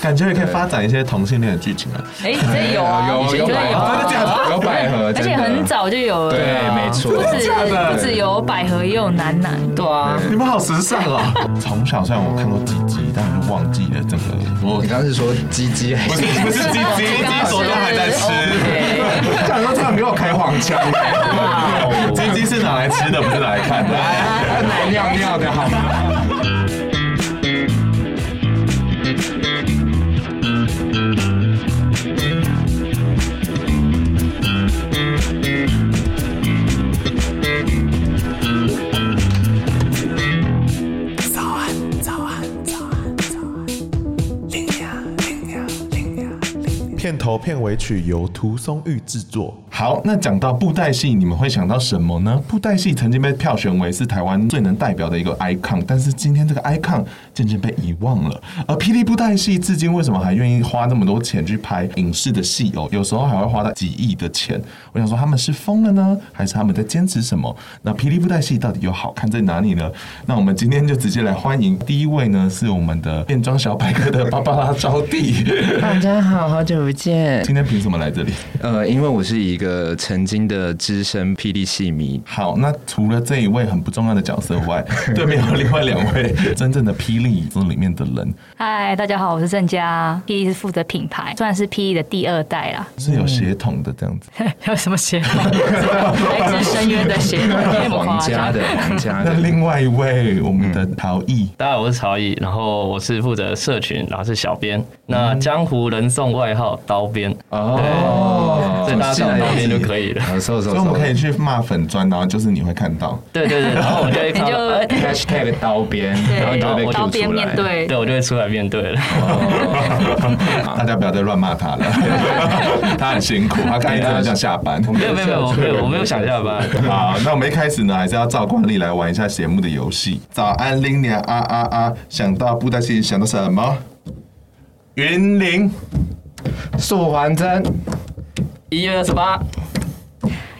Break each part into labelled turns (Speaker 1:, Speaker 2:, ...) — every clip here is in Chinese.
Speaker 1: 感觉也可以发展一些同性恋的剧情啊。
Speaker 2: 哎，这有啊，
Speaker 3: 有有
Speaker 2: 觉得
Speaker 3: 百
Speaker 2: 有
Speaker 3: 合，
Speaker 2: 啊，
Speaker 3: 有百 合，
Speaker 2: 而且很早就有了，
Speaker 3: 对没错
Speaker 2: 不
Speaker 1: 真的
Speaker 2: 止
Speaker 1: 假的
Speaker 2: 不只有百合，也有男男，对啊，
Speaker 1: 你们好时尚哦！ 从小虽然我看过几集，但我就忘记了整个。 我
Speaker 3: 你刚刚是说鸡鸡还
Speaker 1: 不
Speaker 3: 是
Speaker 1: 是？不是鸡 鸡，鸡手都还在吃。我想说，这样给我开黄 腔。鸡鸡是拿来吃的，不是拿来看的。
Speaker 3: 哎来尿尿的好吗？
Speaker 1: 片头片尾曲由涂松玉制作。好，那讲到布袋戏，你们会想到什么呢？布袋戏曾经被票选为是台湾最能代表的一个 icon，但是今天这个 icon 渐渐被遗忘了。而霹雳布袋戏至今为什么还愿意花那么多钱去拍影视的戏哦？有时候还会花到几亿的钱。我想说，他们是疯了呢，还是他们在坚持什么？那霹雳布袋戏到底有好看在哪里呢？那我们今天就直接来欢迎第一位呢，是我们的变装小百科的芭芭拉招娣。
Speaker 4: 大家好，好久不见。
Speaker 1: 今天凭什么来这里？
Speaker 3: 呃，因为我是一个曾经的资深霹雳戏迷，
Speaker 1: 好，那除了这一位很不重要的角色 外，对面有另外两位真正的霹雳这里面的人，
Speaker 2: 嗨，大家好，我是郑佳，P 是负责品牌，算是 P 的第二代啦。
Speaker 1: 是有血
Speaker 5: 嗯
Speaker 1: 统的这样子。
Speaker 2: 还有什么鞋？来自深渊的鞋，那么
Speaker 3: 皇
Speaker 2: 夸
Speaker 3: 家
Speaker 2: 张
Speaker 3: 的。皇家
Speaker 1: 那
Speaker 3: 的。
Speaker 1: 另外一
Speaker 5: 嗯
Speaker 1: 位，我们的陶艺，
Speaker 5: 大家好，我是曹毅，然后我是负责社群，然后是小编。那江湖人送外号“刀边
Speaker 3: 哦”，
Speaker 5: 所以大家叫我刀边就可以了。
Speaker 3: 啊，瘦瘦
Speaker 1: 所以我们可以去骂粉砖，然后就是你会看到。
Speaker 5: 对对对，然后我就
Speaker 2: 你
Speaker 5: 会看到，
Speaker 2: 就
Speaker 3: hashtag 刀边，然后你就会被
Speaker 2: 对，刀
Speaker 3: Q
Speaker 2: 边
Speaker 3: 出
Speaker 2: 面
Speaker 3: 来。
Speaker 2: 对
Speaker 5: 对我就会出来面对了。啊
Speaker 1: 大家不要再乱骂他 了，他很辛苦，他刚一直很想下班。
Speaker 5: 没有没有没有，我没有我没有想下班。
Speaker 1: 好，那我们一开始呢，还是要照惯例来玩一下节目的游戏。早安，林娘啊啊啊！想到布袋戏，想到什么？云林。
Speaker 3: 素还真，
Speaker 5: 一月二十八，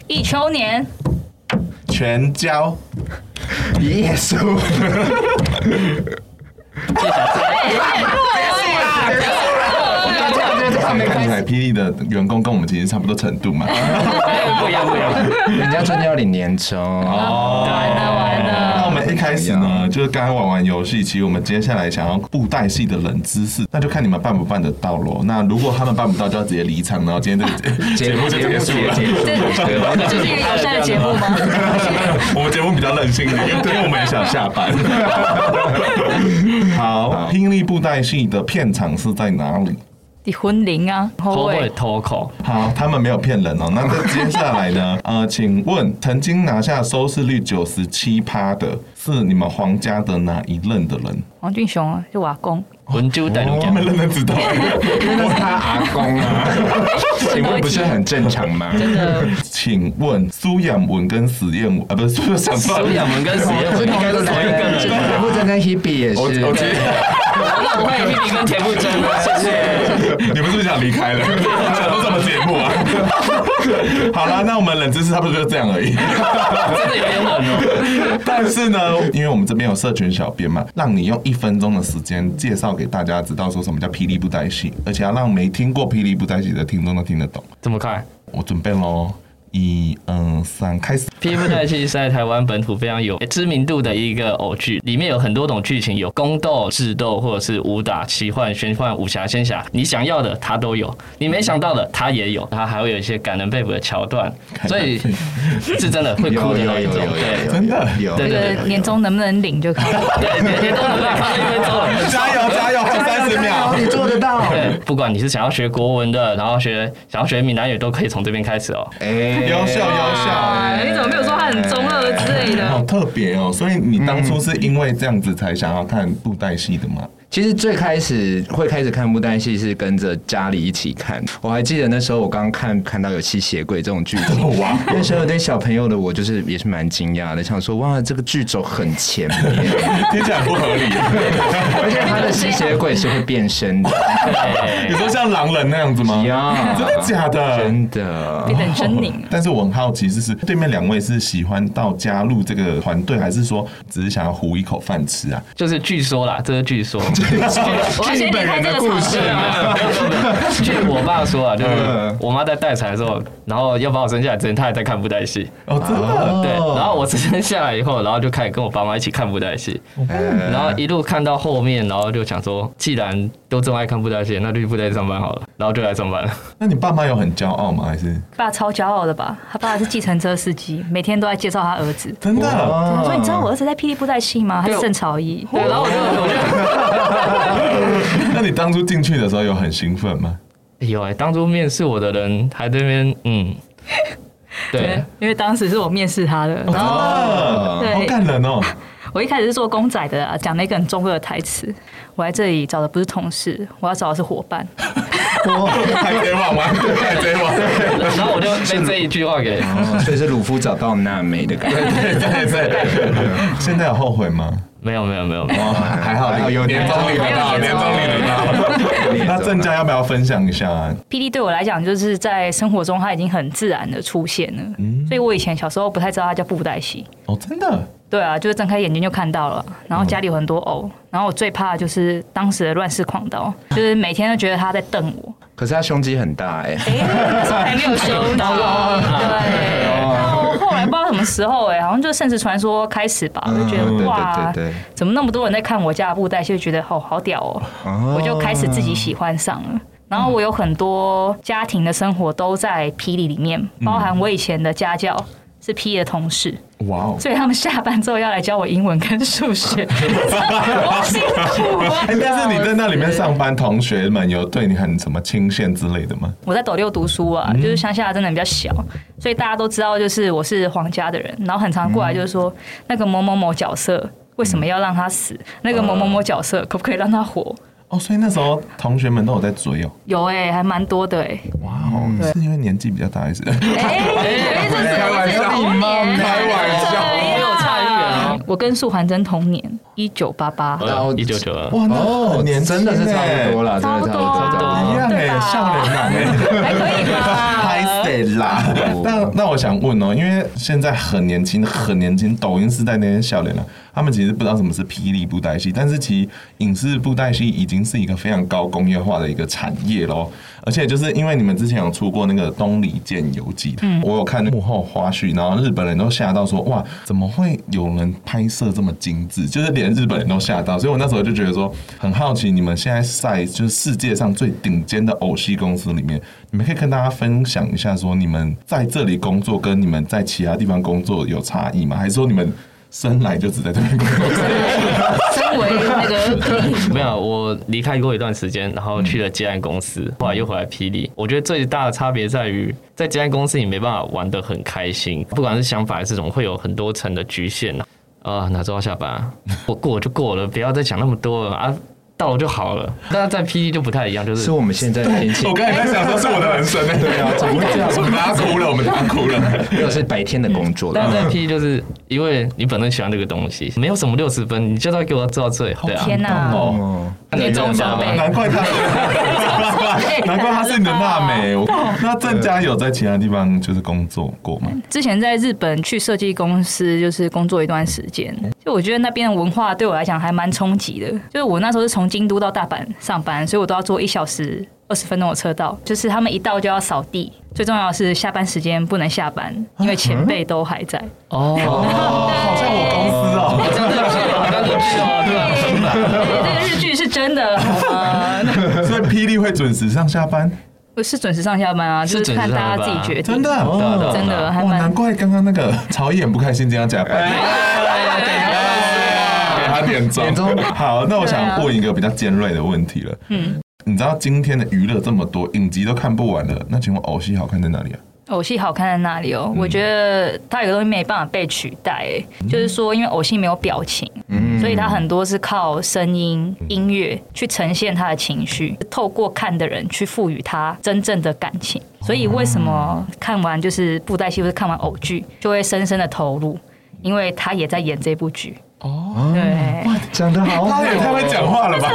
Speaker 2: 一秋年，
Speaker 1: 全椒，
Speaker 3: 一夜书，
Speaker 1: 大家没看起来霹雳的员工跟我们其实差不多程度嘛。
Speaker 5: 不一样不一样。
Speaker 3: 人家春天要领年终哦，
Speaker 2: 完了完
Speaker 1: 那我
Speaker 2: 了，
Speaker 1: 们一开始呢，就是刚刚玩完游戏，其实我们接下来想要布袋戏的冷知识，那就看你们办不办得到喽。那如果他们办不到，就要直接离场，然后今天这个 节目就结束了。
Speaker 2: 这这是一个友善的节目吗？
Speaker 1: 我们节目比较任性一点，因为因为我们也想下班。好，霹雳布袋戏的片场是在哪里？
Speaker 2: 你婚龄啊，后
Speaker 5: 偷会
Speaker 2: 卫
Speaker 5: 偷口，
Speaker 1: 好，他们没有骗人哦。那这接下来 呢？呃，请问曾经拿下收视率九十七趴的是你们皇家的哪一任的人？
Speaker 2: 王俊雄啊，就瓦工，
Speaker 5: 文珠带路
Speaker 1: 我
Speaker 5: 讲
Speaker 1: 们。认真知道，
Speaker 3: 他阿公啊，请问不是很正常吗？
Speaker 2: 真的
Speaker 1: 请问苏养文跟史艳文啊，不是 苏养
Speaker 5: 苏
Speaker 1: 文。
Speaker 5: 养文跟史艳
Speaker 3: 我
Speaker 5: 文应该是同一个人。
Speaker 3: 田馥甄跟 Hebe 也
Speaker 1: 我我
Speaker 3: 是，
Speaker 1: 觉
Speaker 5: 我会秘密跟田馥甄啊，谢谢。
Speaker 1: 得你们是不是想离开了？ 讲到什么节目啊？ 好啦，那我们冷知识差不多就这样而已。
Speaker 5: 真的有点冷哦。
Speaker 1: 但是呢， 因为我们这边有社群小编嘛，让你用一分钟的时间介绍给大家知道说什么叫霹雳布袋戏，而且要让没听过霹雳布袋戏的听众都听得懂。
Speaker 5: 怎么看？
Speaker 1: 我准备喽，一、二、三，开始。
Speaker 5: P 布袋戏是在台湾本土非常有诶知名度的一个偶剧，里面有很多种剧情，有宫斗、智斗，或者是武打、奇幻、玄幻、武侠、仙侠，你想要的它都有，你没想到的它也有，它还会有一些感人肺腑的桥段，所以是真的会哭的那一种。对
Speaker 1: 真的
Speaker 3: 有
Speaker 5: 对
Speaker 2: 这
Speaker 5: 对
Speaker 2: 个年终能不能领就 看。
Speaker 5: 对对对，都能被看一分钟了。
Speaker 1: 加油加油，还有三十秒，
Speaker 4: 你做得到。
Speaker 5: 对，不管你是想要学国文的，然后学想要学闽南语，都可以从这边开始哦。
Speaker 3: 哎，
Speaker 1: 优秀优秀。
Speaker 2: 哎你怎么没有说他很中二之类
Speaker 1: 好
Speaker 2: 的？
Speaker 1: 特别哦，所以你当初是因为这样子才想要看布袋戏的 吗？
Speaker 3: 其实最开始会开始看布袋戏是跟着家里一起看，我还记得那时候我刚看看到有吸血鬼这种剧 情，哇！那时候对小朋友的我就是也是蛮惊讶的，想说哇这个剧走很前面，
Speaker 1: 听起来不合理。
Speaker 3: 而且他的吸血鬼是会变身的，
Speaker 1: 你说像狼人那样子吗？
Speaker 3: 呀，
Speaker 1: 真的假的？
Speaker 3: 真的
Speaker 2: 变得很狰狞。
Speaker 1: 但是我很好奇，就是对面两位是喜欢到加入这个团队，还是说只是想要糊一口饭吃啊？
Speaker 5: 就是据说啦，这是据说。
Speaker 2: 我要先离开这个 场地
Speaker 5: 啊
Speaker 2: 了。
Speaker 5: 据我爸说啊，就是
Speaker 3: 嗯
Speaker 5: 我妈在带产的时候，然后要把我生下来之前，她还在看布袋戏。
Speaker 1: 哦，真的，
Speaker 5: 对，然后我生下来以后，然后就开始跟我爸妈一起看布袋戏，
Speaker 3: 嗯
Speaker 5: 然后一路看到后面，然后就想说，既然都这么爱看布袋戏，那就去布袋戏上班好了，然后就来上班了。
Speaker 1: 那你爸妈有很骄傲吗？还是
Speaker 2: 爸超骄傲的吧？他爸是计程车司机，每天都在介绍他儿子。
Speaker 1: 真的？啊
Speaker 2: 我说：“你知道我儿子在霹雳布袋戏吗？他是郑朝义。
Speaker 5: 对，然后我就我就
Speaker 1: 那你当初进去的时候有很兴奋吗？
Speaker 5: 有哎、当初面试我的人还在那边，嗯，对
Speaker 2: 对，，因为当时是我面试他的，
Speaker 1: 啊
Speaker 2: 然后
Speaker 1: 哦，
Speaker 2: 对
Speaker 1: 好感人哦！
Speaker 2: 我一开始是做公仔的啊，讲了一个很中二的台词。我来这里找的不是同事，我要找的是伙伴。
Speaker 1: 海贼王吗？海贼王，
Speaker 5: 然后我就被这一句话给，
Speaker 3: 哦，所以是鲁夫找到娜美的感觉，
Speaker 1: 对 对对。现在有后悔吗？
Speaker 5: 没有没有没有，没有
Speaker 1: 哦，还好，还好有年终领得到，年终领得到。那郑家要不要分享一下啊？
Speaker 2: 霹雳对我来讲，就是在生活中它已经很自然的出现了，所以我以前小时候不太知道它叫布袋戏。
Speaker 1: 哦，真的，
Speaker 2: 对啊，就是睁开眼睛就看到了，然后家里有很多偶，然后我最怕的就是当时的乱世狂刀，就是每天都觉得他在瞪我，
Speaker 3: 可是他胸肌很大哎，
Speaker 2: 哎、那时候还没有修刀，对。然后后来不知道什么时候、哎，好像就《圣职传说》开始吧，我就觉得、
Speaker 3: 嗯对
Speaker 2: 哇，
Speaker 3: 对对对
Speaker 2: 怎么那么多人在看我家的布袋戏，就觉得哦好屌哦，我就开始自己喜欢上了。然后我有很多家庭的生活都在霹雳里面，
Speaker 3: 嗯
Speaker 2: 包含我以前的家教是霹雳的同事，
Speaker 1: 哇哦！
Speaker 2: 所以他们下班之后要来教我英文跟数学，多辛苦啊！
Speaker 1: 哎，但是你在那里面上班，同学们有对你很什么倾羡之类的吗？
Speaker 2: 我在斗六读书啊，就是乡下真的比较小，所以大家都知道，就是我是皇家的人，然后很常过来就是说、那个某某某角色。为什么要让他死？那个某某某角色可不可以让他活？
Speaker 1: 哦，所以那时候同学们都有在追哦。
Speaker 2: 有哎、还蛮多的哎、
Speaker 1: 哇哦，是因为年纪比较大还是？
Speaker 2: 哎、欸，这是
Speaker 3: 开玩笑
Speaker 2: 我是童年哎
Speaker 3: 开玩笑
Speaker 2: 对呀
Speaker 5: 我有参与啊
Speaker 2: 我跟素涵真同年，一九八 八，
Speaker 5: 呃，一九九二，
Speaker 1: 哇，那很年轻
Speaker 3: 哦真的是差不多
Speaker 1: 了，
Speaker 3: 啦，真
Speaker 2: 差
Speaker 3: 的
Speaker 2: 不
Speaker 3: 差
Speaker 2: 多
Speaker 3: 不多。
Speaker 1: 一
Speaker 2: 啊，
Speaker 1: 样
Speaker 2: 对
Speaker 1: 哎，
Speaker 2: 吧？
Speaker 1: 上人男哎。
Speaker 2: 还可以吧？
Speaker 1: 拍死啦！那那我想问哦，因为现在很年轻，很年轻，抖音时代那些笑脸了，啊他们其实不知道什么是霹雳布袋戏，但是其实影视布袋戏已经是一个非常高工业化的一个产业喽。而且就是因为你们之前有出过那个《东里剑游记》，我有看幕后花絮，然后日本人都吓到说哇，怎么会有人拍摄这么精致？就是连日本人都吓到，所以我那时候就觉得说很好奇，你们现在在就是世界上最顶尖的偶戏公司里面，你们可以跟大家分享一下，说你们在这里工作跟你们在其他地方工作有差异吗？还是说你们生来就只在这边工作？
Speaker 2: 身为那个
Speaker 5: 没有，我离开过一段时间，然后去了接案公司，后来又回来霹雳。我觉得最大的差别在于，在接案公司你没办法玩得很开心，不管是想法还是什么，会有很多层的局限呐、啊。哪周要下班、啊？我过就过了，不要再想那么多了啊，到了就好了。但是在霹雳就不太一样，就是
Speaker 3: 是我们现在的天气
Speaker 1: 我，刚才在想说是我的人生呢、对啊，怎么会这样？我们大家哭了，我们大家哭了。
Speaker 3: 又是白天的工作
Speaker 5: 但
Speaker 3: 了
Speaker 5: 是。在 P 就是因为你本身喜欢这个东西，没有什么六十分，你就要给我做到最好。对啊，
Speaker 2: 天哪、
Speaker 1: 哦，
Speaker 5: 那你
Speaker 2: 年终
Speaker 5: 认得
Speaker 2: 奖
Speaker 5: 吗
Speaker 2: 杯
Speaker 1: 难怪他。
Speaker 2: 哎
Speaker 1: 难怪她是你的娜美。我
Speaker 5: 啊
Speaker 1: 那郑家有在其他地方就是工作过吗？
Speaker 2: 之前在日本去设计公司，就是工作一段时间，就我觉得那边的文化对我来讲还蛮冲击的。就是我那时候是从京都到大阪上班，所以我都要坐一小时二十分钟的车到，就是他们一到就要扫地，最重要的是下班时间不能下班，因为前辈都还在。
Speaker 1: 哦，好像我公司哦。
Speaker 5: 真的是 好像有趣哦，对吧？
Speaker 2: 对这个日剧是真的好吗？那
Speaker 1: 哦 所以霹雳会准时上下班，
Speaker 2: 不是准时上下班啊，就是是看大家自己决定。
Speaker 1: 真的哦
Speaker 5: 对啊对啊
Speaker 2: 真的还
Speaker 1: 哇，难
Speaker 2: 蛮
Speaker 1: 怪刚刚那个曹演不开心，今天要加班。
Speaker 2: 啊
Speaker 1: 给他点钟，好，那我想问一个比较尖锐的问题了。嗯，你知道今天的娱乐这么多，影集都看不完了，那请问偶戏好看在哪里啊？
Speaker 2: 偶戏好看在哪里哦？我觉得它有个东西没办法被取代、欸，就是说，因为偶戏没有表情，所以它很多是靠声音、音乐去呈现他的情绪，透过看的人去赋予他真正的感情。所以为什么看完就是布袋戏或者看完偶剧，就会深深的投入，因为他也在演这部剧。哦，对，
Speaker 3: 讲的好
Speaker 1: 他哎也太会讲话了吧！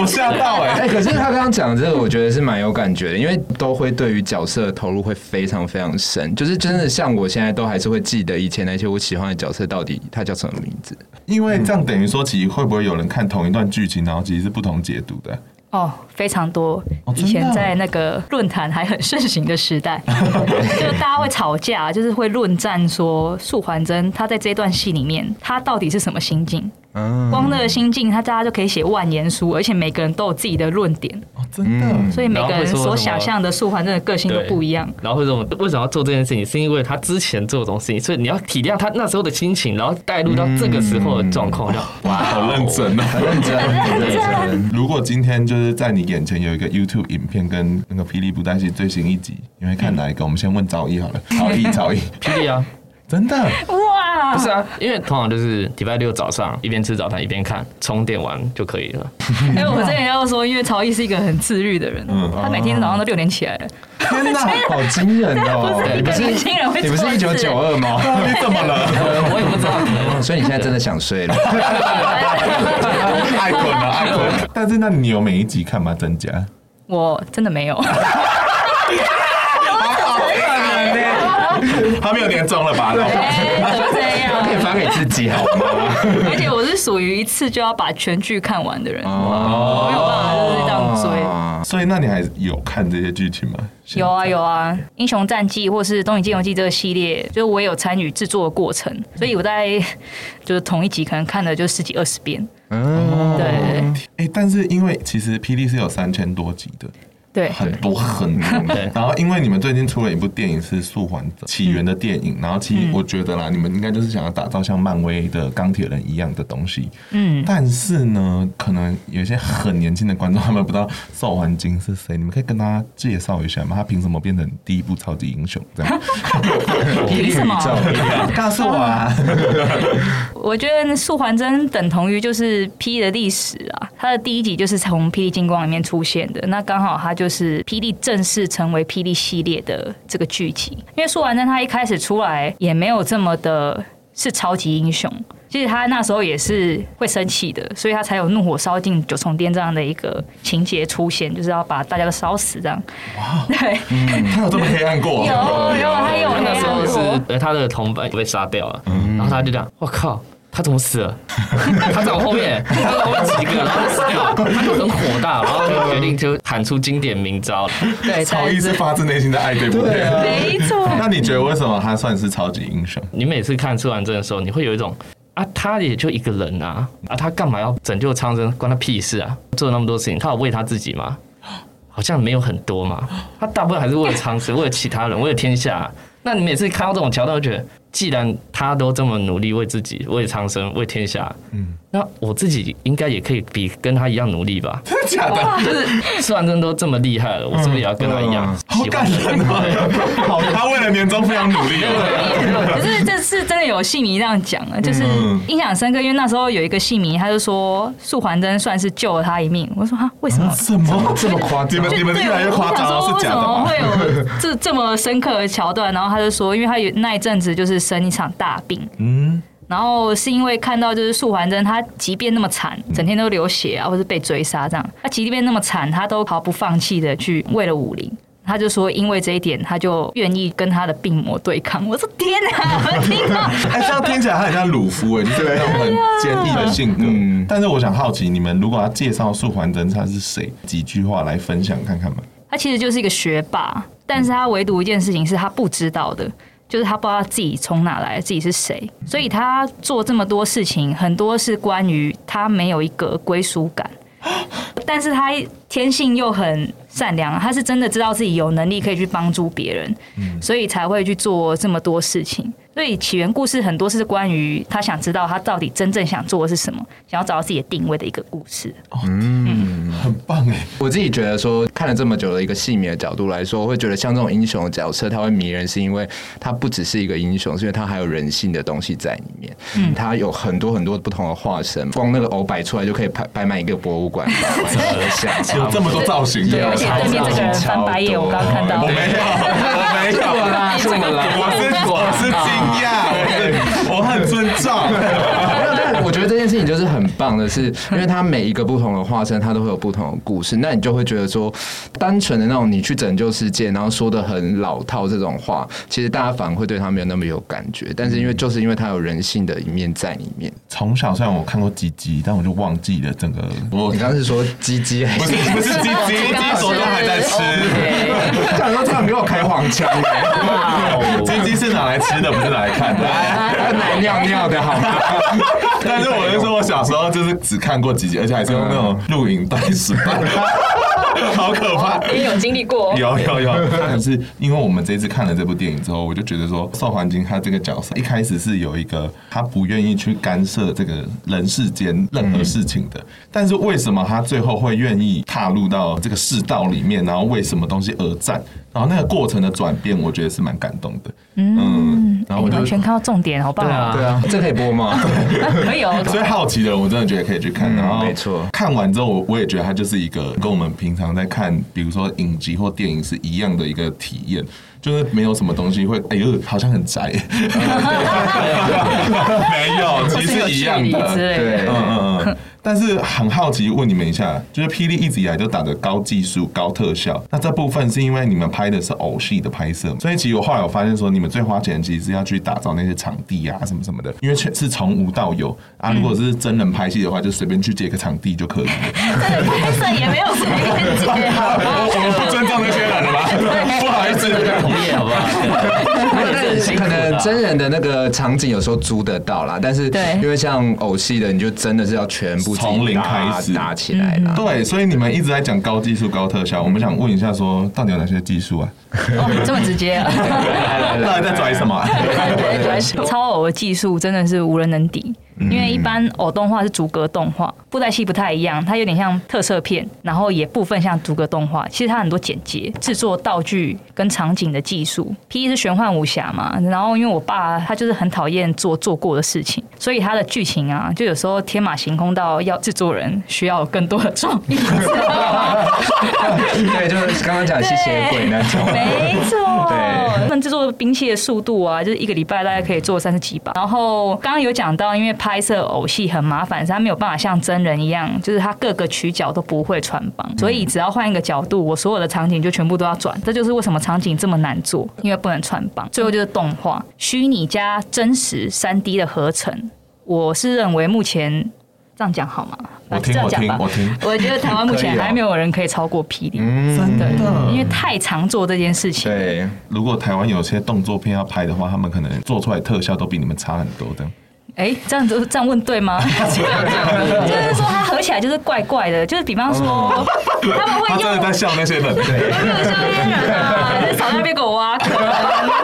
Speaker 1: 我吓到哎、
Speaker 3: 哎、可是他刚刚讲这个，我觉得是蛮有感觉的，因为都会对于角色的投入会非常非常深，就是真的像我现在都还是会记得以前那些我喜欢的角色到底他叫什么名字。
Speaker 1: 因为这样等于说，其实会不会有人看同一段剧情，然后其实是不同解读的？
Speaker 2: 哦，非常多。
Speaker 1: 哦
Speaker 2: 以
Speaker 1: 真的
Speaker 2: 前
Speaker 1: 啊
Speaker 2: 在那个论坛还很盛行的 时代，就大家会吵架，就是会论战说素还真他在这段戏里面他到底是什么心境。
Speaker 3: 嗯，
Speaker 2: 光那个心境，他大家就可以写万言书，而且每个人都有自己的论点，嗯
Speaker 1: 哦，真的，
Speaker 2: 所以每个
Speaker 5: 然
Speaker 2: 人
Speaker 5: 后会说
Speaker 2: 所
Speaker 5: 什么
Speaker 2: 想象的素还真的个性都
Speaker 5: 对
Speaker 2: 不一样。
Speaker 5: 然后这种为什么要做这件事情，是因为他之前做这种事情，所以你要体谅他那时候的心情，然后带入到这个时候的状况，就哇，
Speaker 1: 好认真啊！
Speaker 3: 很认真，很 认真。
Speaker 1: 如果今天就是在你眼前有一个 YouTube 影片跟那个《霹雳布袋戏》最新一集，你会看哪一个？我们先问赵毅好 了。曹毅，曹毅，
Speaker 5: 霹雳啊！
Speaker 1: 真的
Speaker 2: 哇
Speaker 5: 不，是啊，因为通常就是礼拜六早上一边吃早餐一边看，充电完就可以了。
Speaker 2: 哎，我之前要说，因为曹毅是一个很自律的人，
Speaker 1: 嗯
Speaker 2: 他每天早上都六点起来了，
Speaker 1: 天哪！
Speaker 3: 好惊人哦！你不
Speaker 2: 不是
Speaker 3: 是
Speaker 2: 年轻人会
Speaker 3: 你不
Speaker 2: 做
Speaker 3: 是
Speaker 2: 的
Speaker 3: 一九
Speaker 2: 事
Speaker 3: 九二吗？
Speaker 1: 你怎么 了？
Speaker 5: 我也不知道，
Speaker 3: 所以你现在真的想睡了？
Speaker 1: 爱滚了，爱滚！但是那你有每一集看吗？增 加？
Speaker 2: 我真的没有。
Speaker 1: 他没有年终了 吧？
Speaker 2: 哎，怎么这样？
Speaker 3: 可以发给自己好吗？
Speaker 2: 而且我是属于一次就要把全剧看完的人，
Speaker 3: 哦
Speaker 2: 我没有办法就是这样追。
Speaker 1: 所以那你还有看这些剧情吗？
Speaker 2: 有啊有啊，《英雄战记》或是《东野剑游记》这个系列，就是我也有参与制作的过程，所以我在就是同一集可能看了就十几二十遍。对
Speaker 1: 哎、但是因为其实《霹雳》是有三千多集的，
Speaker 2: 对
Speaker 1: 很多很多
Speaker 5: 对。
Speaker 1: 然后因为你们最近出了一部电影是《素还者起源》的电影，然后其实
Speaker 2: 嗯
Speaker 1: 我觉得啦，你们应该就是想要打造像漫威的钢铁人一样的东西。
Speaker 2: 嗯，
Speaker 1: 但是呢，可能有一些很年轻的观众他们不知道邵环金是谁，你们可以跟大家介绍一下吗？他凭什么变成第一部超级英雄这样？
Speaker 3: 霹雳
Speaker 2: 什么
Speaker 3: 宇宙，
Speaker 1: 告诉我啊！
Speaker 2: 我觉得素还真等同于就是 P 的历史啊，它的第一集就是从《霹雳金光》里面出现的，那刚好它就是霹雳正式成为霹雳系列的这个剧集。因为素还真他一开始出来也没有这么的是超级英雄，其实他那时候也是会生气的，所以他才有怒火烧尽九重天这样的一个情节出现，就是要把大家都烧死这样。哇，对，
Speaker 1: 他有这么黑暗过？
Speaker 2: 有有还有
Speaker 5: 那时候
Speaker 2: 黑暗
Speaker 5: 是
Speaker 2: 过
Speaker 5: 呃他的同伴被杀掉了，然后他就这样，我靠。他怎么死 了？他在我后面，他在我后面几个，然后就死掉，他就很火大，然后就决定就喊出经典名招。
Speaker 2: 对，
Speaker 1: 曹毅是发自内心的爱，对不对？啊
Speaker 2: 没错。
Speaker 1: 那你觉得为什么他算是超级英雄？
Speaker 5: 你每次看《吃完真》的时候，你会有一种啊，他也就一个人啊，啊，他干嘛要拯救苍生？关他屁事啊！做了那么多事情，他有为他自己吗？好像没有很多嘛，他大部分还是为了苍生，为了其他人，为了天下、啊那你每次看到这种桥段，就觉得既然他都这么努力为自己、为苍生、为天下，嗯，那我自己应该也可以比跟他一样努力吧？
Speaker 1: 真的假的？
Speaker 5: 就是吃完真都这么厉害了，我是不是也要跟他一样？
Speaker 1: 嗯好
Speaker 5: 喜欢
Speaker 1: 感人哦！ 好，他为了年终非常努力哦。
Speaker 2: 可是这次真的有戏迷这样讲了，就是印象深刻，因为那时候有一个戏迷，他就说素还真算是救了他一命。我说哈，为什么？
Speaker 1: 什么 这么夸张？你们
Speaker 2: 就
Speaker 1: 你们
Speaker 2: 对
Speaker 1: 越来越夸张
Speaker 2: 我
Speaker 1: 了，
Speaker 2: 想说
Speaker 1: 是
Speaker 2: 为
Speaker 1: 假
Speaker 2: 什
Speaker 1: 的
Speaker 2: 么
Speaker 1: 吗？
Speaker 2: 会有这 这么深刻的桥段？然后他就说，因为他有那一阵子就是生一场大病，
Speaker 1: 嗯，
Speaker 2: 然后是因为看到就是素还真，他即便那么惨，整天都流血啊，或是被追杀这样，他即便那么惨，他都毫不放弃的去为了武林。他就说，因为这一点，他就愿意跟他的病魔对抗。 我说天哪，我听到
Speaker 1: 哎，这样听起来他很像鲁夫哎，就是那种很
Speaker 2: 啊
Speaker 1: 坚毅的性格。嗯，但是我想好奇，你们如果要介绍素还真他是谁，几句话来分享看看吗？
Speaker 2: 他其实就是一个学霸，但是他唯独一件事情是他不知道的，就是他不知道自己从哪来，自己是谁，所以他做这么多事情，很多是关于他没有一个归属感。但是他天性又很善良，他是真的知道自己有能力可以去帮助别人，所以才会去做这么多事情。所以起源故事很多是关于他想知道他到底真正想做的是什么，想要找到自己的定位的一个故事。
Speaker 1: 很棒哎，
Speaker 3: 我自己觉得说，看了这么久的一个戏迷的角度来说，我会觉得像这种英雄的角色，他会迷人，是因为他不只是一个英雄，是因为他还有人性的东西在里面。嗯，他有很多很多不同的化身，光那个偶摆出来就可以摆摆满一个博物馆，摆满一个像素。
Speaker 1: 有这么多造型，
Speaker 3: 对
Speaker 2: 而且对面这个人翻白眼，我刚刚看到
Speaker 1: 我。 没有，我没有，
Speaker 3: 是我啦，
Speaker 1: 我是我是惊讶， 我是我很尊重。
Speaker 3: 没有，但我觉得这件事情就是很棒的是，因为它每一个不同的化身，它都会有不同的故事。那你就会觉得说，单纯的那种你去拯救世界，然后说的很老套这种话，其实大家反而会对他没有那么有感觉。但是因为就是因为它有人性的一面在里面。
Speaker 1: 从小虽然我看过几集，但我就忘记了整个。我
Speaker 3: 你刚刚是说鸡鸡还
Speaker 1: 不
Speaker 3: 是
Speaker 1: 是？不是鸡鸡，鸡手中还在吃。
Speaker 3: 我想说，突然给我开黄腔，
Speaker 1: 鸡鸡是拿来吃的，不是拿来 看的。
Speaker 3: 难尿尿的好 吗？
Speaker 1: 但是我就说，我小时候就是只看过几集，而且还是用那种录影带 时代，好可怕。
Speaker 2: 也有经历过
Speaker 1: 有有有，但是因为我们这次看了这部电影之后，我就觉得说，邵环境他这个角色一开始是有一个他不愿意去干涉这个人世间任何事情的，但是为什么他最后会愿意踏入到这个世道里面，然后为什么东西而战？然后那个过程的转变，我觉得是蛮感动的。嗯，然后我就
Speaker 2: 哎完全看到重点，好棒
Speaker 5: 对
Speaker 2: 啊！
Speaker 5: 啊，
Speaker 3: 对啊，这可以播吗？
Speaker 2: 可以哦，
Speaker 1: 所以好奇的人，我真的觉得可以去看。
Speaker 3: 嗯
Speaker 1: 然后，
Speaker 3: 没错
Speaker 1: 看完之后，我我也觉得它就是一个跟我们平常在看，比如说影集或电影是一样的一个体验，就是没有什么东西会，哎呦，好像很宅， 没有，其实是一样
Speaker 2: 有距离
Speaker 1: 的。
Speaker 2: 之类的。
Speaker 3: 对，
Speaker 1: 嗯嗯 嗯。但是很好奇，问你们一下，就是霹雳一直以来都打着高技术、高特效，那这部分是因为你们拍的是偶戏的拍摄，所以其实我后来我发现说，你们最花钱其实是要去打造那些场地啊什么什么的，因为全是从无到有啊。如果是真人拍戏的话，就随便去借个场地就 可以了。
Speaker 2: 真的拍摄也没有谁跟接，好不好
Speaker 1: 我 们不尊重那些人了吗？不好意思，
Speaker 5: 同 业好不好？那也是很辛苦
Speaker 3: 可
Speaker 5: 的
Speaker 3: 能
Speaker 5: 啊。
Speaker 3: 真人的那个场景有时候租得到啦，但是
Speaker 2: 对
Speaker 3: 因为像偶戏的，你就真的是要全部自己
Speaker 1: 从零
Speaker 3: 打
Speaker 1: 开始
Speaker 3: 打起来啦。
Speaker 1: 对，所以你们一直在讲高技术、高特效，我们想问一下说，到底有哪些技术啊？
Speaker 2: 哦，这么直接啊！
Speaker 5: 嗯
Speaker 1: 到底在拽什么啊？
Speaker 2: 超偶的技术真的是无人能敌，因为一般偶动画是逐格动画，布袋戏不太一样，它有点像特色片，然后也部分像逐格动画。其实它很多剪接、制作道具跟场景的技术。P 是玄幻武侠嘛，然后因为我爸他就是很讨厌做做过的事情，所以他的剧情啊，就有时候天马行空到要制作人需要有更多的创意，知道吗？
Speaker 3: 对，就是刚刚讲吸血鬼那种。
Speaker 2: 没错，
Speaker 3: 对
Speaker 2: 他们制作兵器的速度啊，就是一个礼拜大概可以做三十几把。然后刚刚有讲到，因为拍摄偶戏很麻烦，所以他没有办法像真人一样，就是他各个取角都不会穿
Speaker 1: 嗯
Speaker 2: 帮，所以只要换一个角度，我所有的场景就全部都要转。这就是为什么场景这么难做，因为不能穿帮。最后就是动画、虚拟加真实三 D 的合成，我是认为目前。这样讲好吗？
Speaker 1: 我
Speaker 2: 这
Speaker 1: 听，
Speaker 2: 样
Speaker 1: 我
Speaker 2: 讲
Speaker 1: 听
Speaker 2: 吧，。
Speaker 1: 我听。
Speaker 2: 我觉得台湾目前
Speaker 3: 可以哦
Speaker 2: 还没有人可以超过霹雳，真的，因为太常做这件事情。
Speaker 3: 对，
Speaker 1: 如果台湾有些动作片要拍的话，他们可能做出来特效都比你们差很多的。
Speaker 2: 哎，这样子这样问对吗？ 就是说它合起来就是怪怪的，就是比方说他们
Speaker 1: 他
Speaker 2: 会
Speaker 1: 真
Speaker 2: 用
Speaker 1: 的在笑那些人，对，
Speaker 2: 那个香烟人啊，在草那边给我挖坑，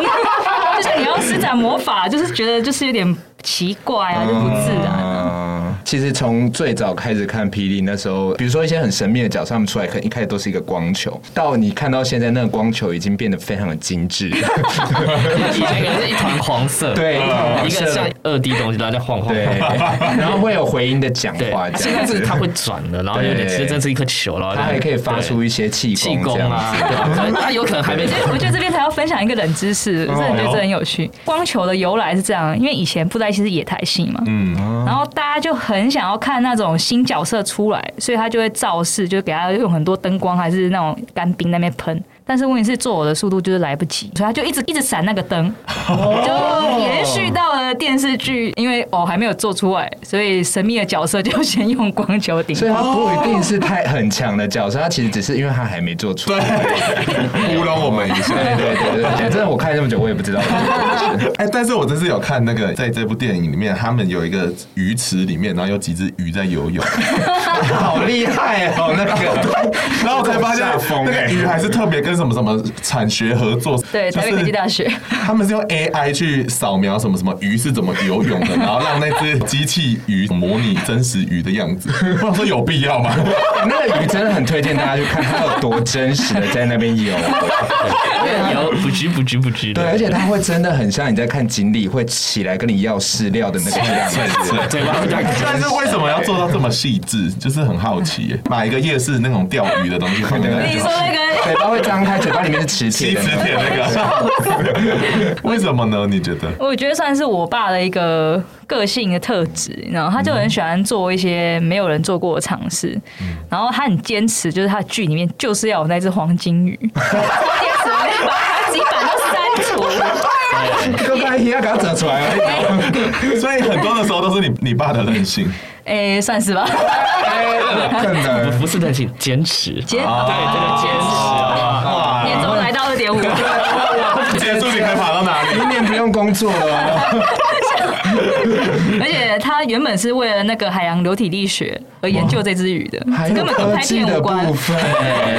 Speaker 2: 就是你要施展魔法，就是觉得就是有点奇怪啊，就不自然啊。
Speaker 3: 嗯，其实从最早开始看霹雳那时候，比如说一些很神秘的角色，他们出来可能一开始都是一个光球，到你看到现在那个光球已经变得非常的精 致，
Speaker 5: 以前可能是一团黄色，
Speaker 3: 对
Speaker 5: 一个像二 D 东西，然后在晃晃
Speaker 3: 对
Speaker 5: 晃。，
Speaker 3: 然后会有回音的讲
Speaker 5: 对
Speaker 3: 话，，这
Speaker 5: 现
Speaker 3: 样
Speaker 5: 在
Speaker 3: 子
Speaker 5: 是它会转的，然后有点，
Speaker 3: 对
Speaker 5: 其实真是一颗球，然后
Speaker 3: 它还可以发出一些气
Speaker 5: 气
Speaker 3: 功
Speaker 5: 功
Speaker 3: 这样
Speaker 5: 啊
Speaker 3: 子，，
Speaker 5: 对吧？可能它有可能还没
Speaker 2: 所以我觉得这边才要分享一个冷知识，真的觉得这很有趣。光球的由来是这样，因为以前布袋戏是野台戏嘛，
Speaker 6: 嗯，
Speaker 2: 然后大家就很想要看那种新角色出来，所以他就会造势，就给他用很多灯光还是那种干冰那边喷。但是问题是做我的速度就是来不及，所以他就一直一直闪那 个灯，就延续到了电视剧，因为哦还没有做出来，所以神秘的角色就先用光球顶。
Speaker 3: 所以它不一定是太很强的角色，它其实只是因为它还没做出来。
Speaker 6: 糊弄我们一下。
Speaker 3: 对对对对对，真的我看这么久，我也不知道。
Speaker 6: 哎，但是我这次有看那个，在这部电影里面，他们有一个鱼池里面，然后有几只鱼在游泳，
Speaker 3: 好厉害哦，那个
Speaker 6: 然后我才发现
Speaker 3: 吓疯
Speaker 6: 那
Speaker 3: 哎
Speaker 6: 个鱼还是特别跟什么什么产学合作，
Speaker 2: 对，
Speaker 6: 就
Speaker 2: 台北科技
Speaker 6: 是
Speaker 2: 大学。
Speaker 6: 他们是用 AI 去扫描什么什么鱼是怎么游泳的，然后让那只机器鱼模拟真实鱼的样子。 我想说有必要吗？
Speaker 3: 那个鱼真的很推荐大家去看，它有多真实的在那边游。
Speaker 5: 有不知不知不知 的，
Speaker 3: 对，而且它会真的很像你在看锦鲤会起来跟你要饲料的那个样子。
Speaker 5: 嘴巴会这样
Speaker 6: 但是为什么要做到这么细致？就是很好奇耶，买一个夜市那种钓鱼的东西放在那
Speaker 2: 你
Speaker 6: 里
Speaker 2: 说。那个
Speaker 3: 嘴巴会张开，嘴巴里面是磁
Speaker 6: 吸
Speaker 3: 铁的
Speaker 6: 磁。铁那个，为什么呢？你觉得？
Speaker 2: 我觉得算是我爸的一个个性的特质，你知道吗，他就很喜欢做一些没有人做过的尝试，
Speaker 3: 嗯
Speaker 2: 然后他很坚持，就是他的剧里面就是要有那只黄金鱼，他坚持把它基本都删除，
Speaker 3: 哥白尼要给它整出来了。
Speaker 6: 所以很多的时候都是你你爸的任性，
Speaker 2: 哎，算是吧。
Speaker 3: 不哎可能。
Speaker 5: 不是任性，坚持，
Speaker 2: 坚
Speaker 5: 对，这个
Speaker 2: 啊
Speaker 5: 坚持啊，
Speaker 6: 哇！
Speaker 2: 年终来到二点五，
Speaker 6: 啊结束你可以爬到哪里？
Speaker 3: 明年不用工作了哦，
Speaker 2: 而且他原本是为了那个海洋流体力学而研究这只鱼的，
Speaker 3: 哦还有
Speaker 2: 根本跟
Speaker 3: 科
Speaker 2: 拍
Speaker 3: 技
Speaker 2: 片
Speaker 3: 的
Speaker 2: 无关
Speaker 3: 部。分。
Speaker 1: 哎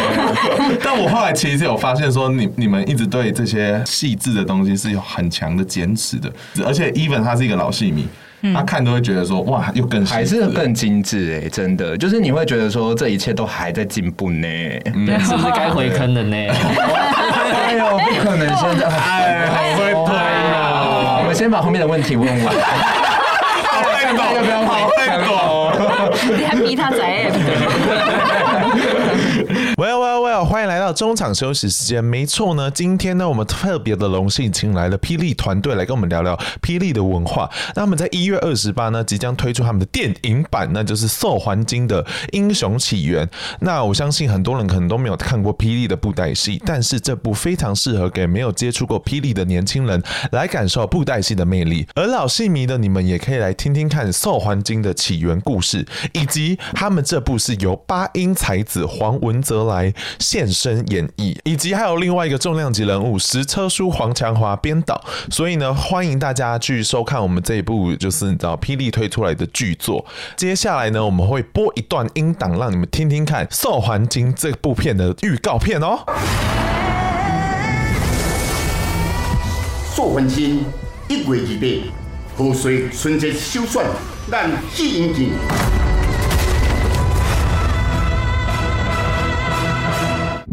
Speaker 6: 但我后来其实有发现说你，你们一直对这些细致的东西是有很强的坚持的，而且 even 他是一个老戏迷，
Speaker 2: 嗯
Speaker 6: 他看都会觉得说哇，又更细致
Speaker 3: 还是更精致哎、真的，就是你会觉得说这一切都还在进步呢。
Speaker 1: 嗯
Speaker 5: 对是不是该回坑了呢？
Speaker 3: 哎呦，不可能现在。
Speaker 6: 哎，好会推
Speaker 1: 啊
Speaker 6: 哦，
Speaker 3: 我们先把后面的问题问完。
Speaker 6: 好会懂，
Speaker 3: 要不要
Speaker 6: 好会懂。
Speaker 2: 你 还逼他宰 app？
Speaker 1: Well, well, well！欢迎来到中场休息时间。没错呢，今天呢，我们特别的荣幸请来了霹雳团队来跟我们聊聊霹雳的文化。那他们在一月二十八呢，即将推出他们的电影版，那就是《兽环金的英雄起源》。那我相信很多人可能都没有看过霹雳的布袋戏，但是这部非常适合给没有接触过霹雳的年轻人来感受布袋戏的魅力。而老戏迷的你们也可以来听听看《兽环金的起源故事，以及他们这部是由八音才子黄文泽来现身演绎，以及还有另外一个重量级人物石车书黄强华编导。所以呢，欢迎大家去收看我们这一部就是你知道霹雳推出来的巨作。接下来呢，我们会播一段音档让你们听听看《兽环经》这部片的预告片哦。
Speaker 7: 做翻身，一月二八，河水春节首选，咱去引进。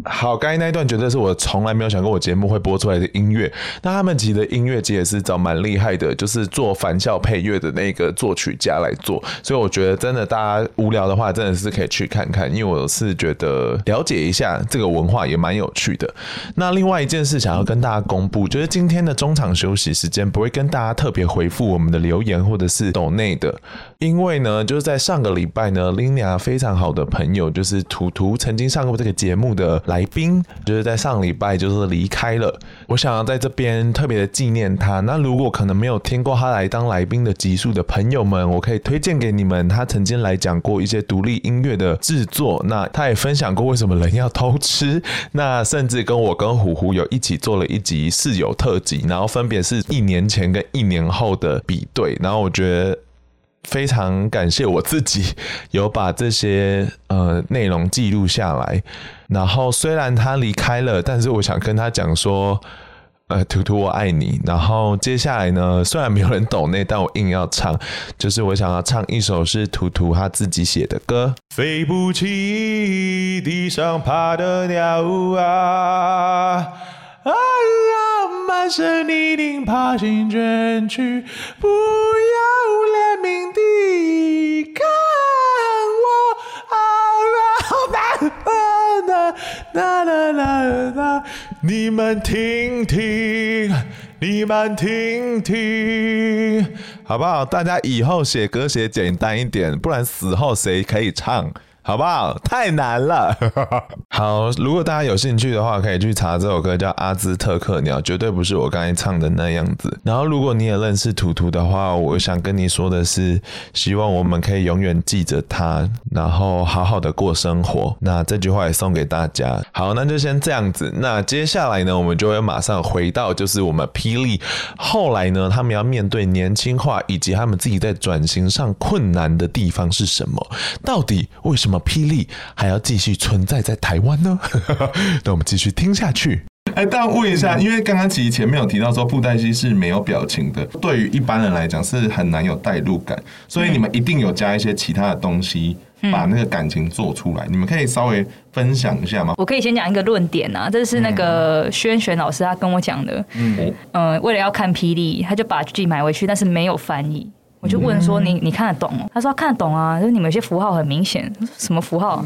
Speaker 1: 好，刚才那一段绝对是我从来没有想过我节目会播出来的音乐。那他们其实音乐节也是找蛮厉害的，就是做返校配乐的那个作曲家来做。所以我觉得真的大家无聊的话，真的是可以去看看，因为我是觉得了解一下这个文化也蛮有趣的。那另外一件事想要跟大家公布，就是今天的中场休息时间不会跟大家特别回复我们的留言或者是抖内的，因为呢，就是在上个礼拜呢 l i n a 非常好的朋友，就是图图曾经上过这个节目的来宾，就是在上礼拜就是离开了。我想要在这边特别的纪念他。那如果可能没有听过他来当来宾的集数的朋友们，我可以推荐给你们，他曾经来讲过一些独立音乐的制作。那他也分享过为什么人要偷吃， 那甚至跟我跟虎虎有一起做了一集室友特辑，然后分别是一年前跟一年后的比对。然后我觉得。非常感谢我自己 有把这些呃内容记录下来。然后虽然他离开了，但是我想跟他讲说，
Speaker 8: 呃，图图我爱你。然后接下来呢，虽然没有人懂那，但我硬要唱，就是我想要唱一首是图图他自己写的歌。飞不起地上爬的鸟啊，啊让满身泥泞爬行卷去，不要怜悯地看我啊，让呃那那那那那，你们听听。你们听听，好不好？大家以后写歌写简单一点，不然死后谁可以唱？好不好？太难了。好，如果大家有兴趣的话，可以去查这首歌叫《阿兹特克鸟》，绝对不是我刚才唱的那样子。然后，如果你也认识图图的话，我想跟你说的是，希望我们可以永远记着他，然后好好的过生活。那这句话也送给大家。好，那就先这样子。那接下来呢，我们就会马上回到就是我们霹雳后来呢，他们要面对年轻化以及他们自己在转型上困难的地方是什么？到底为什么霹雳还要继续存在在台湾呢？ 那我们继续听下去。
Speaker 1: 哎，但问一下，因为刚刚其实前面有提到说布袋戏是没有表情的，对于一般人来讲是很难有代入感，所以你们一定有加一些其他的东西，把那个感情做出来。你们可以稍微分享一下吗？
Speaker 2: 我可以先讲一个论点啊，这是那
Speaker 3: 嗯
Speaker 2: 个轩璇老师他跟我讲的。嗯、呃，为了要看霹雳，他就把剧买回去，但是没有翻译。我就问说你你看得懂哦？他说他看得懂啊，就是你们有些符号很明显，我说什么符号？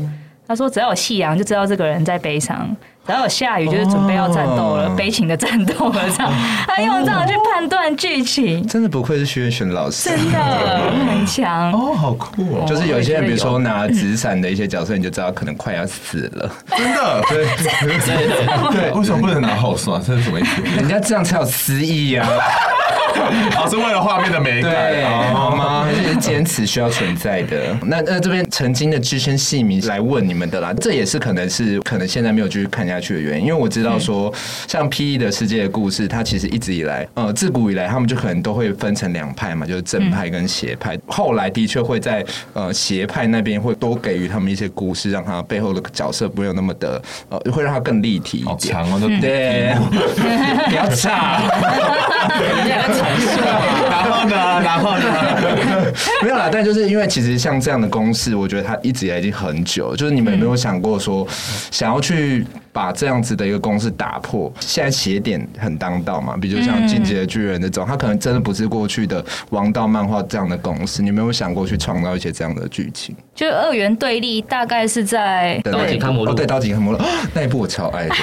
Speaker 2: 他说只要有夕阳就知道这个人在悲伤，只要有下雨就是准备要战斗了，
Speaker 1: 哦
Speaker 2: 悲情的战斗了这样。他用这样去判断剧情，
Speaker 3: 真的不愧是徐元璇老师，
Speaker 2: 真的很强。
Speaker 1: 哦，好酷哦！
Speaker 3: 就是有一些人，比如说拿纸伞的一些角色，你就知道可能快要死了。
Speaker 1: 真的， 对对，为什么不能拿后刷？这是什么意思？
Speaker 3: 人家这样才有诗意啊，
Speaker 1: 哦，是为了画面的美
Speaker 3: 对，
Speaker 1: 感
Speaker 3: 好
Speaker 1: 哦。
Speaker 3: 吗？这是坚持需要存在的。那那这边曾经的资深戏迷来问你们的啦，这也是可能是可能现在没有继续看下去的原因，因为我知道
Speaker 1: 嗯
Speaker 3: 说，像 P.E. 的世界的故事，它其实一直以来，呃，自古以来他们就可能都会分成两派嘛，就是正派跟邪派。
Speaker 1: 嗯
Speaker 3: 后来的确会在呃邪派那边会多给予他们一些故事，让他背后的角色不会有那么的呃，会让他更立体一
Speaker 1: 好
Speaker 3: 点。
Speaker 1: 长哦，都
Speaker 3: 对， 不要吵。
Speaker 1: 然后呢，然后呢？
Speaker 3: 没有啦，但就是因为其实像这样的公式，我觉得它一直以来已经很久了，就是你们有没有想过说，
Speaker 1: 嗯
Speaker 3: 想要去把这样子的一个公式打破？现在写点很当道嘛，比如像《
Speaker 1: 嗯
Speaker 3: 进击的巨人》那种，它可能真的不是过去的王道漫画这样的公式，你们有没有想过去创造一些这样的剧情？
Speaker 2: 就二元对立大概是在
Speaker 3: 对那一
Speaker 5: 刀
Speaker 3: 部
Speaker 5: 警看摩洛
Speaker 3: 哦对，刀警看摩洛， 那一部我超爱的，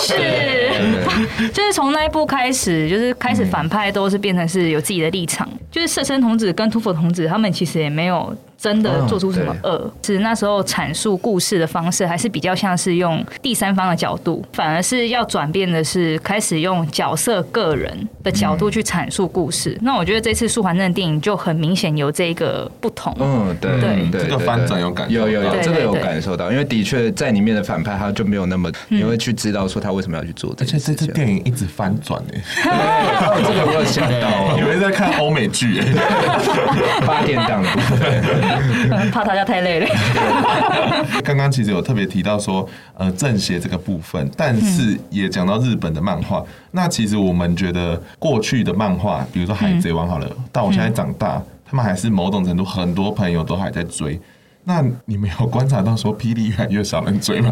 Speaker 2: 是。
Speaker 3: 对对对
Speaker 2: 就是从那一部开始，就是开始反派都是变成是有自己的立场，就是色身童子跟土匪童子他们其实也没有真的做出什么恶，只是那时候阐述故事的方式还是比较像是用第三方的角度，反而是要转变的是开始用角色个人的角度去阐述故事。那我觉得这次素还真的电影就很明显有这个不同。
Speaker 3: 嗯，对
Speaker 2: 对
Speaker 3: 对，
Speaker 1: 这个
Speaker 3: 对
Speaker 1: 翻
Speaker 3: 对
Speaker 1: 转有感
Speaker 3: 有
Speaker 1: 受
Speaker 3: 有
Speaker 1: 到
Speaker 3: 有，
Speaker 2: 对
Speaker 3: 这个
Speaker 2: 对
Speaker 3: 有
Speaker 2: 对
Speaker 3: 感受到，因为的确在里面的反派他就没有那么，
Speaker 2: 嗯
Speaker 3: 你会去知道说他为什么要去做这
Speaker 1: 而且
Speaker 3: 件
Speaker 1: 这
Speaker 3: 事
Speaker 1: 支
Speaker 3: 情。
Speaker 1: 电影一直翻转哎，
Speaker 3: 哦这个我有想 到
Speaker 1: 以
Speaker 3: 哦，
Speaker 1: 为在看欧美剧哎。
Speaker 3: 八点档的部分，
Speaker 2: 怕大家太累了。
Speaker 1: 刚刚其实有特别提到说，呃，正邪这个部分，但是也讲到日本的漫画。那其实我们觉得过去的漫画，比如说《海贼王》好了，到我现在长大，他们还是某种程度很多朋友都还在追。那你们有观察到说霹雳越来越少人追吗？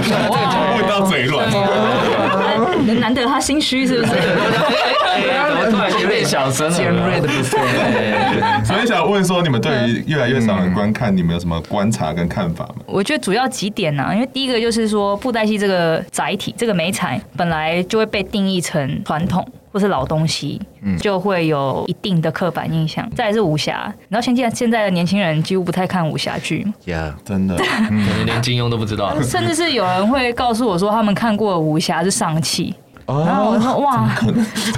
Speaker 1: 问到嘴软。
Speaker 2: 难得他心虚是不是？
Speaker 5: 哎突然有点小声了，
Speaker 3: 尖锐的部分。
Speaker 1: 所以想问说，你们对于越来越少人观看，你们有什么观察跟看法吗？
Speaker 2: 我觉得主要几点呢、因为第一个就是说布袋戏这个载体，这个美材本来就会被定义成传统或是老东西，
Speaker 5: 嗯
Speaker 2: 就会有一定的刻板印象。再来是武侠，然后现在现在的年轻人几乎不太看武侠剧，
Speaker 3: 呀，
Speaker 1: 真的，
Speaker 5: 可能连金庸都不知道。
Speaker 2: 甚至是有人会告诉我说他们看过的武侠是上气。然后我说哇，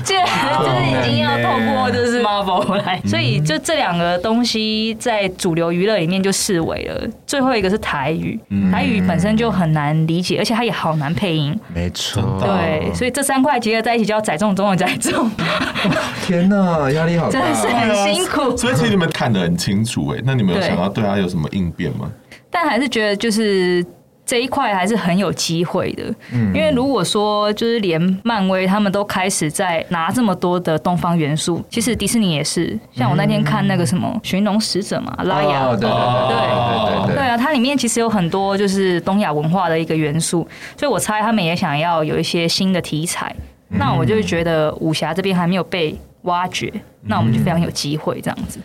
Speaker 2: 这就是已经要透过就是 Marvel 来，所以就这两个东西在主流娱乐里面就视为了。最后一个是台语，台语本身就很难理解，而且它也好难配音。
Speaker 3: 没错。
Speaker 2: 对，所以这三块结合在一起就要载重中的载重，
Speaker 3: 天哪，压力好
Speaker 2: 真
Speaker 3: 大
Speaker 2: 的是
Speaker 3: 哦。
Speaker 2: 很辛苦。
Speaker 1: 所以其实你欸们看得很清楚哎，那你们有想要对他有什么应变吗？
Speaker 2: 但还是觉得就是这一块还是很有机会的。
Speaker 3: 嗯
Speaker 2: 因为如果说就是连漫威他们都开始在拿这么多的东方元素，其实迪士尼也是。像我那天看那个什么《寻龙使者》嘛，拉雅，
Speaker 3: 哦，对哦对对对对
Speaker 2: 对
Speaker 3: 对
Speaker 2: 啊，它里面其实有很多就是东亚文化的一个元素，所以我猜他们也想要有一些新的题材。
Speaker 3: 嗯
Speaker 2: 那我就觉得武侠这边还没有被挖掘，那我们就非常有机会这样子。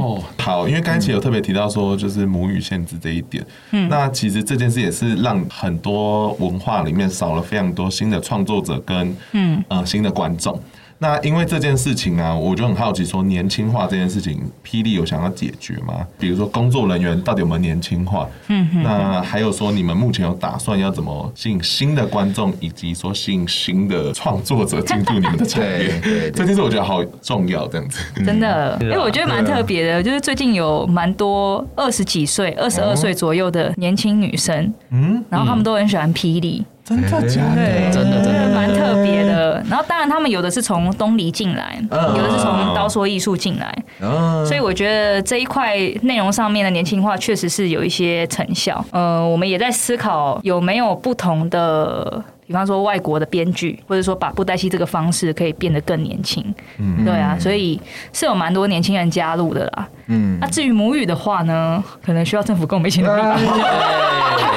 Speaker 1: 哦，好，因为刚才其实有特别提到说，就是母语限制这一点。嗯，那其实这件事也是让很多文化里面少了非常多新的创作者跟嗯呃新的观众。那因为这件事情啊，我就很好奇，说年轻化这件事情，霹雳有想要解决吗？比如说工作人员到底有没有年轻化？嗯那还有说你们目前有打算要怎么吸引新的观众，以及说吸引新的创作者进入你们的产业？
Speaker 3: 对对对
Speaker 1: 这件事我觉得好重要，这样子。
Speaker 2: 真的，因为我觉得蛮
Speaker 5: 嗯对啊哦
Speaker 2: 特别的，就是最近有蛮多二十几岁、二十二岁左右的年轻女生，嗯，然后她们都很喜欢霹雳，
Speaker 1: 真的假的？
Speaker 5: 真的真的
Speaker 2: 蛮特别的。然后当然，她们有的是从东离进来，
Speaker 5: 嗯
Speaker 2: 有的是
Speaker 5: 哦
Speaker 2: 从刀说艺术进来，
Speaker 3: 啊
Speaker 2: 所以我觉得这一块内容上面的年轻化确实是有一些成效。呃，我们也在思考有没有不同的。比方说外国的编剧，或者说把布袋戏这个方式可以变得更年轻，嗯，对啊，所以是有蛮多年轻人加入的啦，嗯。那、至于母语的话呢，可能需要政府跟我们一起努力吧。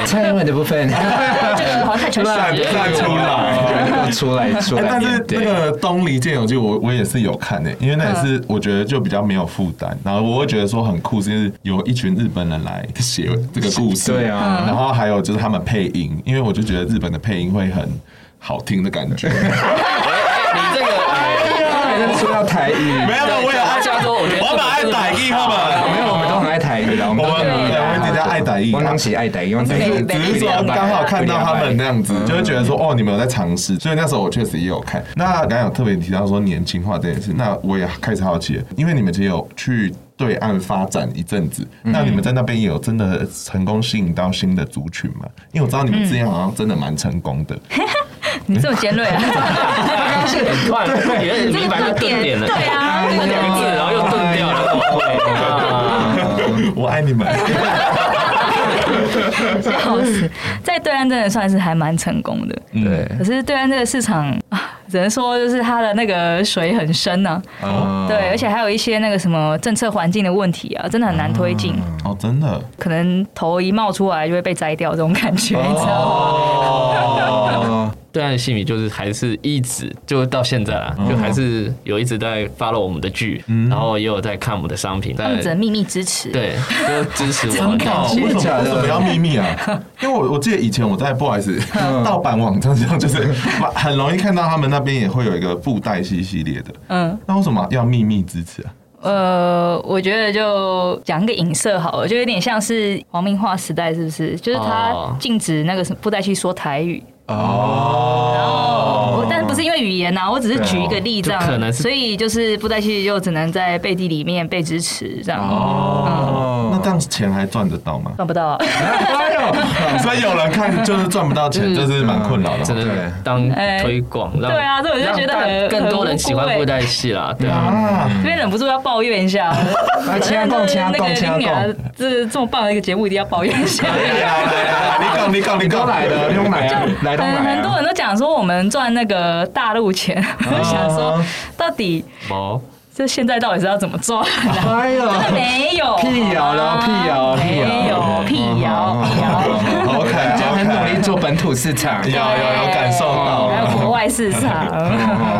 Speaker 3: 蔡英文的 部分
Speaker 2: 这个好像太全世
Speaker 1: 站
Speaker 2: 界，
Speaker 1: 站出来。
Speaker 3: 出来 出
Speaker 1: 哎，
Speaker 3: 来
Speaker 1: 但
Speaker 3: 一
Speaker 1: 是那
Speaker 3: 点，
Speaker 1: 个东篱剑游记我，我也是有看诶、因为那也是我觉得就比较没有负担，然后我会觉得说很酷，是有一群日本人来写这个故事，
Speaker 3: 对啊，
Speaker 1: 然后还有就是他们配音，因为我就觉得日本的配音会很好听的感觉，
Speaker 5: 你这个
Speaker 3: 还在说到台语，没
Speaker 1: 有没有我也爱
Speaker 5: 加多，我觉得
Speaker 1: 我把爱打一号 嘛。
Speaker 3: 有，我们都很爱台语的，我
Speaker 1: 我
Speaker 3: 们
Speaker 1: 们
Speaker 3: 都
Speaker 1: 对，我们比较爱打一
Speaker 3: 汪，东喜爱台语，汪东 喜
Speaker 1: 只是说刚好看到他们那样子，就会觉得说哦，你们有在尝试。所以那时候我确实也有看。那刚才有特别提到说年轻化这件事，那我也开始好奇了，因为你们其实有去对岸发展一阵子，那你们在那边也有真的成功吸引到新的族群吗？因为我知道你们之前好像真的蛮成功的。
Speaker 2: 你这么尖锐啊！
Speaker 5: 突然也明白那个顿点了，
Speaker 2: 对啊，
Speaker 5: 那两个字，然后又顿掉了，对啊
Speaker 1: 我爱你们。
Speaker 2: 笑死，在对岸真的算是还蛮成功的。
Speaker 3: 对，
Speaker 5: 哎
Speaker 2: 可是对岸这个市场啊，只能说就是它的那个水很深呢、
Speaker 5: 哦
Speaker 2: 对，而且还有一些那个什么政策环境的问题啊，真的很难推进，
Speaker 1: 哦，真的。
Speaker 2: 可能头一冒出来就会被摘掉这种感觉，你知道吗？
Speaker 3: 哦，
Speaker 5: 对岸的戏迷就是还是一直就到现在啦，就还是有一直在 follow 我们的剧，然后也有在看我们的商品，
Speaker 2: 他们
Speaker 5: 在
Speaker 2: 只能秘密支持。
Speaker 5: 对，就支持我们。
Speaker 1: 哦为什么为什么要秘密啊？因为我我记得以前我在不好意思 盗版网站上，就是 很容易看到他们那边也会有一个布袋戏系列的。嗯，那为什么要秘密支持啊？
Speaker 2: 呃，我觉得就讲一个影射好了，就有点像是黄明化时代，是不是？就是他
Speaker 5: 哦
Speaker 2: 禁止那个什么布袋戏说台语。哦，但是不是因为语言呐、啊我只是举一个例这样，
Speaker 5: 啊就可能是
Speaker 2: 所以就是布袋戏就只能在背地里面被支持这样，哦、
Speaker 1: 那这样钱还赚得到吗
Speaker 2: 嗯，？赚不到、啊。
Speaker 1: 所以有人看就是赚不到钱，就是蛮困扰
Speaker 5: 真
Speaker 1: 嗯的。
Speaker 5: 的当推广，让
Speaker 2: 对啊这我就觉得
Speaker 5: 让
Speaker 2: 很欸
Speaker 5: 更多人喜欢布袋戏啦，对啊，
Speaker 2: 这边忍不住要抱怨 一下，
Speaker 3: 来掐哎动掐动掐
Speaker 2: 那个林雅
Speaker 3: 动，
Speaker 2: 这这么棒的一个节目，一定要抱怨一 下。
Speaker 5: 啊
Speaker 1: 来来来，哦你讲你讲你
Speaker 3: 都
Speaker 1: 讲
Speaker 3: 来了，都来了，来都
Speaker 2: 很
Speaker 3: 来
Speaker 2: 很多
Speaker 3: 了，
Speaker 2: 人都讲说我们赚那个大陆钱，我就想说到底
Speaker 5: 哦，
Speaker 2: 这现在到底是要怎么赚？
Speaker 3: 哎呦，
Speaker 2: 没有，
Speaker 3: 辟谣了辟谣辟谣
Speaker 2: 没有辟谣，辟谣。
Speaker 1: 哦，OK，
Speaker 3: 家很努力
Speaker 1: 做，
Speaker 3: 做本土市场，
Speaker 1: 有有有感受到。
Speaker 2: 还有国外市场，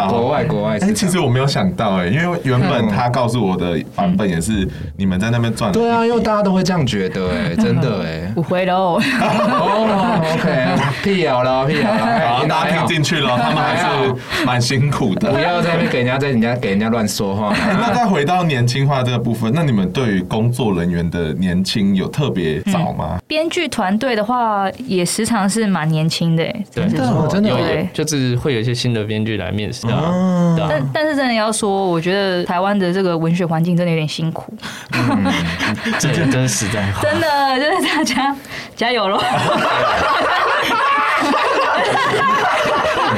Speaker 3: 国外国外
Speaker 1: 哎、
Speaker 3: 市
Speaker 1: 其
Speaker 3: 场，
Speaker 1: 实我没有想到哎、因为原本他告诉我的版本也是你们在那边赚了
Speaker 3: 对啊，因为大家都会这样觉得，哎，真的哎。
Speaker 2: 不回喽。
Speaker 3: 哦，OK，辟谣了，辟谣了，
Speaker 1: 好，
Speaker 3: 哎
Speaker 1: 大家听进去了，他们还是蛮辛苦的。哎
Speaker 3: 不要在那边给人家在人家给人家乱说话。
Speaker 1: 那再回到年轻化这个部分，那你们对于工作人员的年轻有特别早吗？
Speaker 2: 编剧团队的话，也时常是蛮年轻的，哎
Speaker 5: 对，
Speaker 2: 真的
Speaker 3: 哦真的
Speaker 5: 有
Speaker 3: 哦
Speaker 5: 有
Speaker 2: 对
Speaker 5: 就是会有一些新的编剧来面试啊，对啊
Speaker 2: 但但是真的要说，我觉得台湾的这个文学环境真的有点辛苦，
Speaker 5: 这真真实在好，
Speaker 2: 真的就是大家加油喽！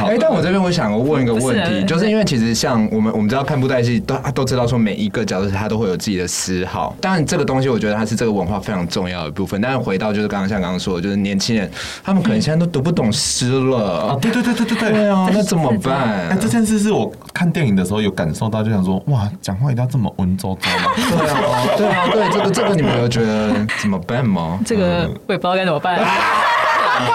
Speaker 3: 哎，但我这边我想问一个问
Speaker 2: 不
Speaker 3: 题，
Speaker 2: 是
Speaker 3: 就是因为其实像我们我们知道看布袋戏，都都知道说每一个角色他都会有自己的嗜好，但这个东西我觉得它是这个文化非常重要的部分。但是回到就是刚刚像刚刚说的，就是年轻人他们可能现在都读不懂诗 了，
Speaker 1: 对对对对对对
Speaker 3: 对啊，那怎么
Speaker 1: 哎，
Speaker 3: 办？
Speaker 1: 这件事是我看电影的时候有感受到，就想说，哇，讲话一定要这么文绉绉吗？
Speaker 3: 对啊，对啊，对这个这个你们有觉得怎么办吗？
Speaker 2: 这个我也不知道该怎么办。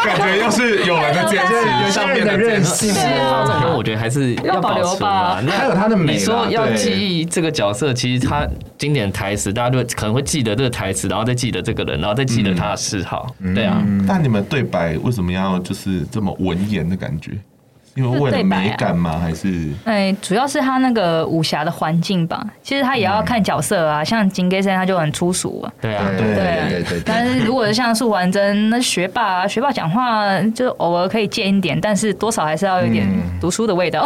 Speaker 1: 感觉又是有人的坚持，上面的坚
Speaker 3: 任
Speaker 1: 持。
Speaker 3: 性
Speaker 2: 啊
Speaker 5: 因为我觉得还是
Speaker 2: 要
Speaker 5: 要
Speaker 2: 保
Speaker 5: 保
Speaker 2: 留
Speaker 5: 存
Speaker 2: 吧
Speaker 5: 嘛。那
Speaker 3: 还有它的美啦
Speaker 5: 你说要
Speaker 3: 对
Speaker 5: 记忆这个角色，其实他经典台词，大家就可能会记得这个台词，然后再记得这个人，然后再记得他的嗜好。对啊，
Speaker 1: 但你们对白为什么要就是这么文言的感觉？因为为了美感吗？还是
Speaker 2: 哎，主要是他那个武侠的环境吧，其实他也要看角色啊，像金龟山他就很粗俗啊。
Speaker 5: 对啊，
Speaker 3: 对
Speaker 2: 啊
Speaker 3: 对对对
Speaker 2: 但
Speaker 3: 对。
Speaker 2: 是如果是像素还真，那学霸啊，学霸讲话就偶尔可以见一点，但是多少还是要有一点
Speaker 3: 嗯
Speaker 2: 读书的 味道。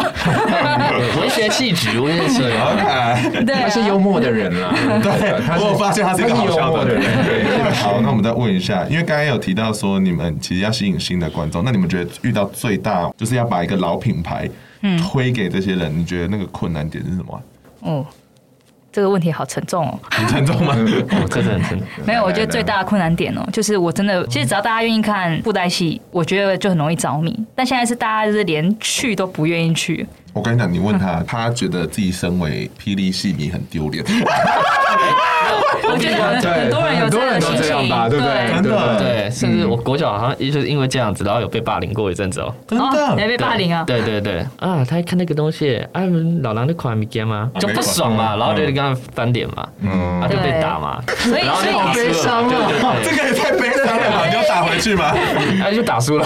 Speaker 5: 文学气质，文学气质。
Speaker 2: 对啊，
Speaker 3: 他是幽默的人啦，对他是
Speaker 1: 我有发现他是一个好
Speaker 3: 幽
Speaker 1: 笑
Speaker 3: 默
Speaker 1: 的
Speaker 3: 的人，对
Speaker 1: 人。 好，那我们再问一下，因为刚刚有提到说你们其实要吸引新的观众，那你们觉得遇到最大就是要把一个老品牌推给这些人，你觉得那个困难点是什么啊？
Speaker 2: 哦，这个问题好沉重哦。
Speaker 1: 很沉重吗？
Speaker 5: 哦，这是很真的。
Speaker 2: 没有，我觉得最大的困难点哦，就是我真
Speaker 3: 嗯
Speaker 2: 的，其实只要大家愿意看布袋戏，我觉得就很容易着迷。但现在是大家就是连去都不愿意去，
Speaker 1: 我跟你讲，你问他，他觉得自己身为霹雳戏迷很丢脸。
Speaker 2: 我觉得很
Speaker 3: 对
Speaker 2: 很多人有
Speaker 3: 很
Speaker 2: 这
Speaker 3: 多
Speaker 2: 样的
Speaker 3: 人都
Speaker 2: 心
Speaker 3: 这样
Speaker 2: 情
Speaker 3: 吧，，对不对？
Speaker 1: 对
Speaker 3: 对不对
Speaker 5: 对，甚至我国小好像就是因为这样子，然后有被霸凌过一阵子哦。
Speaker 1: 真
Speaker 2: 哦，你
Speaker 1: 的，
Speaker 2: 还被霸凌啊？
Speaker 5: 对对对，啊，他看那个东西，啊，老狼的款米干嘛，就不爽嘛，然后就跟他翻脸嘛，嗯，啊就被打嘛，
Speaker 2: 所以所以
Speaker 5: 打输
Speaker 3: 哦
Speaker 5: 了，对
Speaker 1: 这个也太悲伤了吧？你要打回去吗？
Speaker 5: 对对，啊就打输了，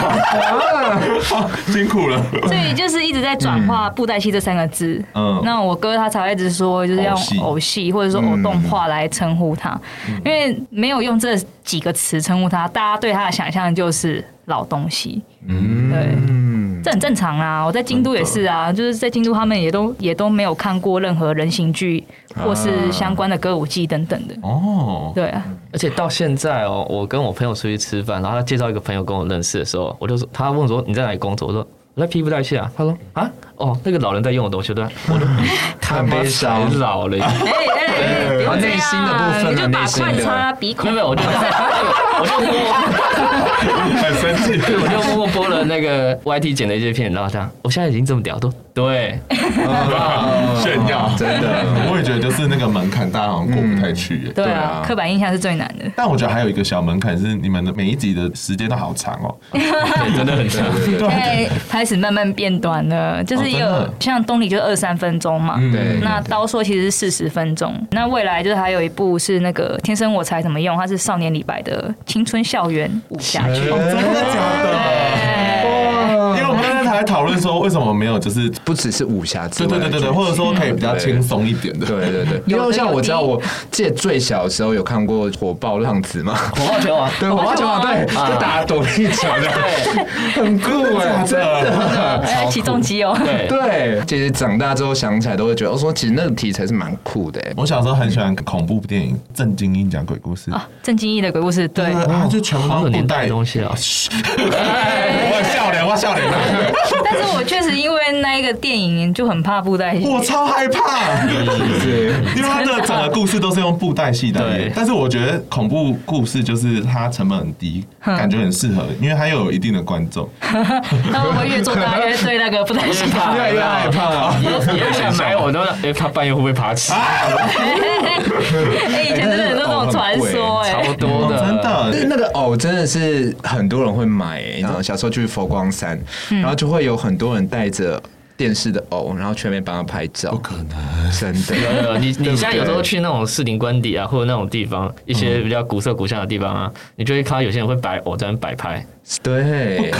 Speaker 1: 好辛苦了。
Speaker 2: 所以就是一直在转化布袋戏这三个字。
Speaker 1: 嗯
Speaker 2: 嗯，那我哥他才会一直说，就是要
Speaker 1: 偶戏
Speaker 2: 用偶戏或者说偶动画来称呼他，因为没有用这几个词称呼他，大家对他的想象就是老东西。嗯，对，这很正常啊。我在京都也是啊，就是在京都他们也都也都没有看过任何人形剧或是相关的歌舞伎等等的。
Speaker 1: 哦，
Speaker 2: 对啊，
Speaker 5: 而且到现在哦，我跟我朋友出去吃饭，然后他介绍一个朋友跟我认识的时候，我就说，他问我说你在哪里工作？我说我在皮肤代谢啊。他说啊，哦，那个老人在用的东西，对吧，我 就他妈才老了。
Speaker 2: 哎哎哎，不用这
Speaker 3: 内心的部
Speaker 2: 样，
Speaker 3: 分啊
Speaker 2: 你就把
Speaker 3: 内心的
Speaker 2: 快插鼻孔
Speaker 5: 没有，没有，我就我就默
Speaker 1: 很生气。
Speaker 5: 默我就默默播了那个 YT 剪的一些片，然后他，我现在已经这么屌，都对，
Speaker 1: 炫耀，
Speaker 3: 哦
Speaker 1: 真 的，嗯我也觉得就是那个门槛，大家好像过不太去耶。
Speaker 2: 对啊，刻板印象是最难的。
Speaker 1: 但我觉得还有一个小门槛是，你们的每一集的时间都好长哦。
Speaker 5: 对，真的 很强。
Speaker 2: 哎，开始慢慢变短了，就是有、
Speaker 1: 哦真的嗯
Speaker 2: 像东里就二三分钟嘛，
Speaker 3: 对
Speaker 2: 那刀说其实是四十分钟。那未来就是还有一部是那个《天生我材怎么用》，它是少年李白的青春校园武侠剧。
Speaker 1: 真的假的？因为我们刚才还讨论说，为什么没有就是
Speaker 3: 不只是武侠之
Speaker 1: 对对
Speaker 3: 外的
Speaker 1: 对
Speaker 3: 剧
Speaker 1: 对
Speaker 3: 情，
Speaker 1: 对，或者说可以比较轻松一点的。
Speaker 3: 对对对，因为像我知道，我记得最小的时候有看过《火爆浪子》嘛，
Speaker 5: 火爆拳王，
Speaker 3: 对，火爆球王，对，
Speaker 5: 啊
Speaker 3: 就打躲避球的，很酷哎，真的。
Speaker 2: 哎，起重机哦，
Speaker 5: 对，
Speaker 3: 对，其实长大之后想起来都会觉得，我说其实那个题材是蛮酷的哎。
Speaker 1: 我小时候很喜欢恐怖电影，郑经英讲鬼故事，
Speaker 2: 啊，郑经义的鬼故事，对，
Speaker 1: 啊，就全部
Speaker 5: 哦好
Speaker 1: 都
Speaker 5: 有
Speaker 1: 不
Speaker 5: 年代
Speaker 1: 带
Speaker 5: 的东西啊！
Speaker 1: 我笑脸，我笑脸，
Speaker 2: 但是我确实因为那一个电影就很怕布袋戏，
Speaker 1: 我超害怕。 因为它的整个故事都是用布袋戏的
Speaker 5: 对，
Speaker 1: 但是我觉得恐怖故事就是它成本很低，感觉很适合，因为它又有一定的观众。
Speaker 2: 那会不会越做大越对那个布袋戏
Speaker 5: 越来越害
Speaker 1: 怕啊！
Speaker 5: 也也想买我都，哎，他半夜会不会爬起？
Speaker 2: 哎，以前真的很多这种传说，
Speaker 5: 差
Speaker 2: 哎
Speaker 5: 不，多的，
Speaker 1: 嗯真的，
Speaker 3: 那那个藕真的是很多人会买、欸，你知道，小时候去佛光山，
Speaker 2: 嗯
Speaker 3: 然后就会有很多人带着电视的藕，然后全面帮他拍照，不可能，真
Speaker 5: 有
Speaker 3: 的。
Speaker 5: 有，你你现在有时候去那种士林官邸啊，或者那种地方，一些比较古色古香的地方啊，你就会看到有些人会摆哦偶在那边摆拍，
Speaker 3: 对，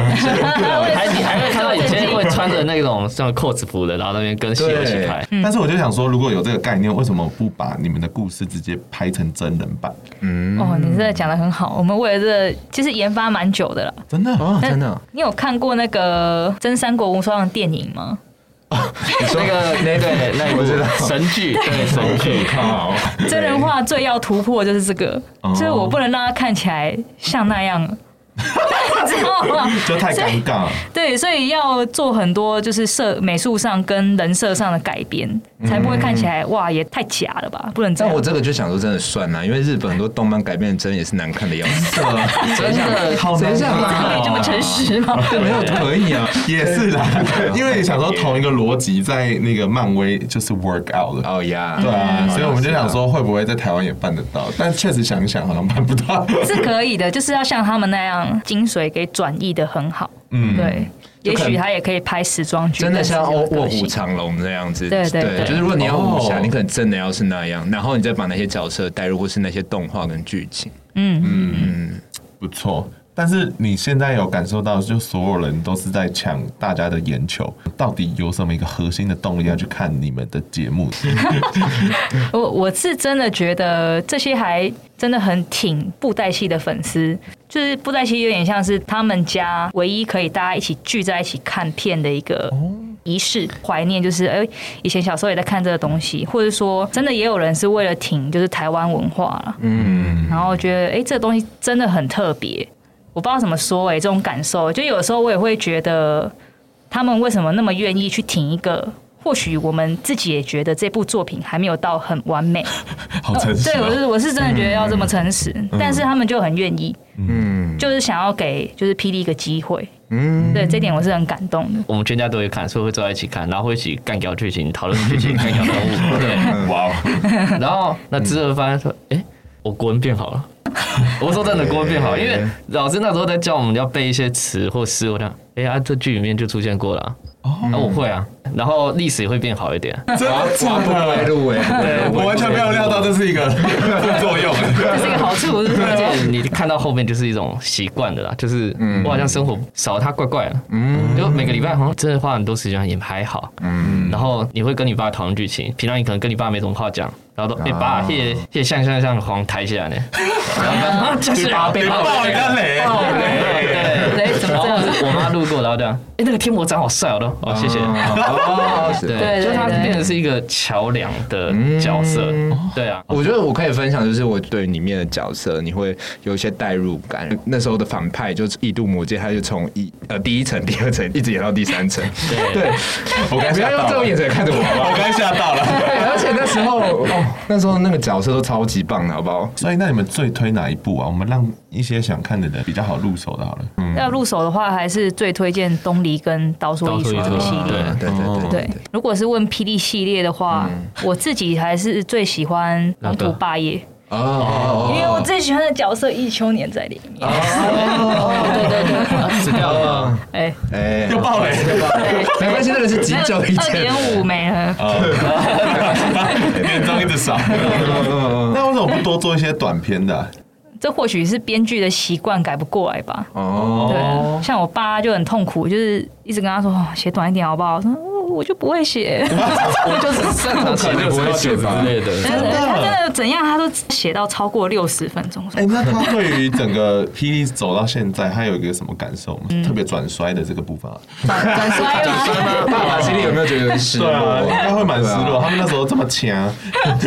Speaker 1: 哎
Speaker 5: 还你还会看到有 些人会穿着那种像扣子服的，然后那边跟戏友一起拍。
Speaker 1: 但是我就想说，如果有这个概念，为什么不把你们的故事直接拍成真人版？
Speaker 2: 哦，
Speaker 3: 嗯
Speaker 2: 你真的讲的很好，我们为了这其实研发蛮久的了。
Speaker 1: 真的，
Speaker 3: 哦， 真的哦，
Speaker 2: 你有看过那个《真三国无双》的电影吗？
Speaker 3: 你说
Speaker 5: 那个那对那一部神剧，对神剧，
Speaker 1: 好，
Speaker 2: 真人化最要突破就是这个，
Speaker 1: 哦
Speaker 2: 就是我不能让它看起来像那样，知道吗？
Speaker 1: 就太
Speaker 2: 哦所以
Speaker 1: 尴尬。
Speaker 2: 对，所以要做很多就是设美术上跟人设上的改编，才不会看起来哇也太假了吧？不能这
Speaker 3: 但
Speaker 2: 样
Speaker 3: 嗯我。这个就想说，真的算了，因为日本很多动漫改编的真的也是难看的样子，
Speaker 5: 真的
Speaker 3: 好
Speaker 2: 啊
Speaker 3: 难看
Speaker 2: 可以这么
Speaker 3: 哦。
Speaker 2: 诚 实吗？
Speaker 3: 对，没有可以啊，
Speaker 1: 也是啦，因为想说同一个逻辑在那个漫威就是 work out 了。
Speaker 3: 哦呀，
Speaker 1: 对啊，所以我们就想
Speaker 3: 是啊，
Speaker 1: 说，会不会在台湾也办得到？但确实想一想，好像办不到。
Speaker 2: 是可以的，就是要像他们那样精髓给转译的很好。
Speaker 1: 嗯
Speaker 2: 嗯，对，也
Speaker 3: 就可能
Speaker 2: 许他也可以拍时装剧，
Speaker 3: 真的像
Speaker 2: 但是
Speaker 3: 卧
Speaker 2: 有个
Speaker 3: 卧
Speaker 2: 性
Speaker 3: 虎藏龙这样子，
Speaker 2: 对对对
Speaker 3: 就是如果你要武侠，
Speaker 1: 哦
Speaker 3: 你可能真的要是那样，然后你再把那些角色带入，或是那些动画跟剧情。
Speaker 2: 嗯，
Speaker 1: 不错。但是你现在有感受到，就所有人都是在抢大家的眼球，到底有什么一个核心的动力要去看你们的节目？
Speaker 2: 我我是真的觉得这些还真的很挺布袋戏的粉丝，就是布袋戏有点像是他们家唯一可以大家一起聚在一起看片的一个仪式，怀念就是哎、以前小时候也在看这个东西，或者说真的也有人是为了挺就是台湾文化了，
Speaker 3: 嗯，
Speaker 2: 然后觉得哎、这个东西真的很特别，我不知道怎么说哎、这种感受，就有时候我也会觉得他们为什么那么愿意去挺一个。或许我们自己也觉得这部作品还没有到很完 美，
Speaker 1: 好诚实、
Speaker 2: 对，我
Speaker 1: 哦。
Speaker 2: 是我是真的觉得要这么诚实，但是他们就很愿意，嗯，就是想要给就是霹雳一个机会，嗯，对，这点我是很感动的。
Speaker 5: 我们全家都会看，所以会坐在一起看，然后会一起干掉剧情，讨论剧情，干掉 人物。对，哇哦！ 然后那知尔发现说：“哎、我国文变好了。” 我说真的，国文变好，因为
Speaker 1: 嗯
Speaker 5: 老师那时候在教我们要背一些词或诗，我想，哎、呀、啊，这剧里面就出现过了、啊。哦，那、我会啊，然后历史也会变好一点。
Speaker 1: 真的假
Speaker 3: 外
Speaker 1: 的？
Speaker 3: 入围，
Speaker 5: 对
Speaker 1: 我完全没有料到 这是一个副作用。
Speaker 2: 这是一个好处，是不
Speaker 5: 而
Speaker 2: 是？
Speaker 5: 且啊你看到后面就是一种习惯的啦，就是我好像生活少了它怪怪的，嗯，就每个礼拜好像真的花很多时间也还好，嗯，然后你会跟你爸讨论剧情，平常你可能跟你爸没什么话讲，然后都哎爸，叶叶像像像黄抬起来呢，然后 就是
Speaker 1: 你爆人家雷，
Speaker 5: 对
Speaker 2: 雷哎怎么这
Speaker 5: 然
Speaker 2: 样
Speaker 5: 后我妈路过，然后这样，哎那个天魔长好帅哦，我都哦 谢谢。
Speaker 3: 哦，是
Speaker 5: 对，
Speaker 2: 对
Speaker 5: 就他
Speaker 2: 对
Speaker 5: 变成是一个桥梁的角色，对啊，
Speaker 3: 我觉得我可以分享，就是我对里面的角色，你会有一些代入感。那时候的反派就是《异度魔界》，他就从一呃第一层、第 二层一直演到第三层。 对，
Speaker 1: 我刚
Speaker 3: 不
Speaker 1: 吓
Speaker 3: 要用
Speaker 1: 到
Speaker 3: 这种眼
Speaker 1: 了，
Speaker 3: 神看着我，好不
Speaker 1: 我
Speaker 3: 好？
Speaker 1: 刚吓到了。
Speaker 3: 对，而且那时候哦，那时候那个角色都超级棒的，好不好？
Speaker 1: 所以，那你们最推哪一部啊？我们让一些想看的人比较好入手的， 好了。
Speaker 2: 要入手的话，还是最推荐东篱跟刀说艺术嗯这个系列。
Speaker 5: 对
Speaker 3: 啊对对对
Speaker 2: 对，如果是问霹雳系列的话，我自己还是最喜欢龙图霸业，啊
Speaker 3: 哦，
Speaker 2: 因为我最喜欢的角色易秋年在里面。哦， 对对对，
Speaker 5: 死掉了。
Speaker 2: 哎，
Speaker 3: 哎，
Speaker 1: 又爆雷，
Speaker 3: 没关系，那个是极久以
Speaker 2: 二
Speaker 3: 前
Speaker 2: 点。五没了。
Speaker 1: 年终一直少。 那为什么不多做一些短片 的啊？
Speaker 2: 这或许是编剧的习惯改不过来吧。
Speaker 3: 哦，
Speaker 2: 对，啊像我爸就很痛苦，就是一直跟他说哦写短一点好不好？我说哦我就不会写，
Speaker 5: 我就是擅长写六十九之类的。
Speaker 2: 真的，他真的怎样？他都写到超过六十分钟。我说
Speaker 1: 哎、那他对于整个霹雳走到现在，他有一个什么感受吗？特别转衰的这个部分啊，
Speaker 2: 转转衰吗？
Speaker 3: 爸爸心里有没有觉得有点失落？哦
Speaker 1: 应该会蛮失落。，他们那时候这么 强，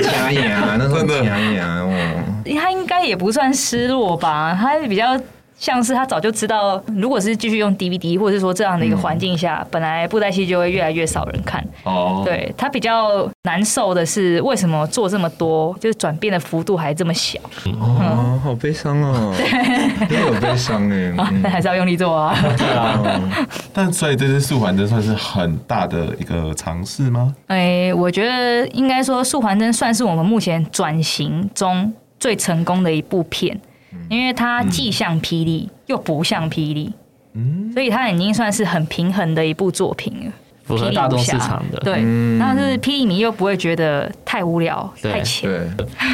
Speaker 3: 牙牙，啊那时候牙牙哦，
Speaker 2: 他应该也不算失落吧，他比较。像是他早就知道，如果是继续用 DVD，或者是说这样的一个环境下，本来布袋戏就会越来越少人看。
Speaker 1: 哦，，
Speaker 2: 对他比较难受的是，为什么做这么多，就是转变的幅度还这么小？
Speaker 3: 哦，好悲伤哦，真的有悲伤哎，嗯
Speaker 2: 但还是要用力做 啊。
Speaker 1: 但所以这次素环真算是很大的一个尝试吗？
Speaker 2: 哎，我觉得应该说《素还真》算是我们目前转型中最成功的一部片，
Speaker 5: 嗯
Speaker 2: 因为它既像霹雳又不像霹雳，嗯，所以它已经算是很平衡的一部作品了。
Speaker 5: 符合
Speaker 2: 霹雳
Speaker 5: 大众
Speaker 2: 武侠
Speaker 5: 市场的
Speaker 2: 对，
Speaker 5: 嗯
Speaker 2: 但是霹雳迷又不会觉得太无聊、
Speaker 5: 对
Speaker 2: 太浅。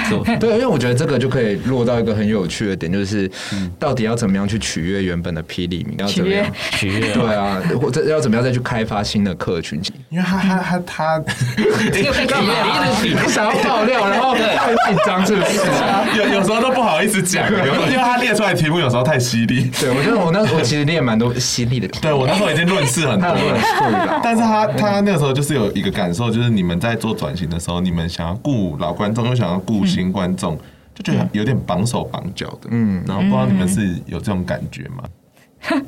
Speaker 3: 对。对，因为我觉得这个就可以落到一个很有趣的点，就是到底要怎么样去取悦原本的霹雳迷，要怎么样？
Speaker 5: 取悦
Speaker 3: 对啊，或者要怎么样再去开发新的客群？
Speaker 1: 因为他他他
Speaker 2: 又被取悦
Speaker 3: 啊
Speaker 2: 了，
Speaker 3: 你想要爆料，然后很紧张，是不是？
Speaker 1: 他 有有时候都不好意思 讲，有时候因为他列出来的题目有时候太犀利。
Speaker 3: 对，我觉得我那我其实练蛮多犀利的，
Speaker 1: 对我那时候已经论事很多
Speaker 3: 还有
Speaker 1: 了
Speaker 3: 论。述啦。
Speaker 1: 但是他他那个时候就是有一个感受，就是你们在做转型的时候，你们想要顾老观众，又想要顾新观众，就就觉得有点绑手绑脚的。嗯，然后不知道你们是有这种感觉吗？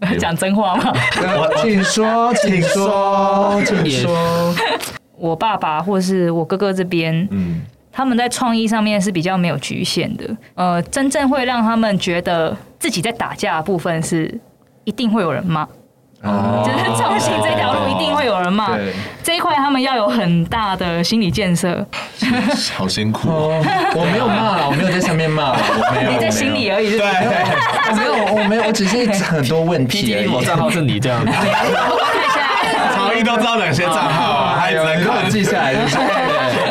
Speaker 2: 我要讲真话吗？
Speaker 3: 啊请说，请说，请
Speaker 5: 也
Speaker 3: 说。
Speaker 2: 我爸爸或是我哥哥这边，
Speaker 1: 嗯，
Speaker 2: 他们在创意上面是比较没有局限的。呃，真正会让他们觉得自己在打架的部分是，一定会有人骂。
Speaker 3: 啊
Speaker 2: 就是创新这条路一定会有人骂，
Speaker 3: 哦对
Speaker 2: 这一块他们要有很大的心理建设。
Speaker 1: 好辛苦、哦。
Speaker 3: 我没有骂，我没有在上面骂，我没有。
Speaker 2: 你在心里啊而已，对，
Speaker 3: 我没有，我没有，我只是很多问题而
Speaker 5: PTT
Speaker 3: 已。
Speaker 5: 某账号是你这样子，
Speaker 1: 曹毅都知道哪些账号，啊 还
Speaker 3: 哎呦，
Speaker 1: 能
Speaker 3: 你给我
Speaker 1: 看。
Speaker 3: 记下 来，就是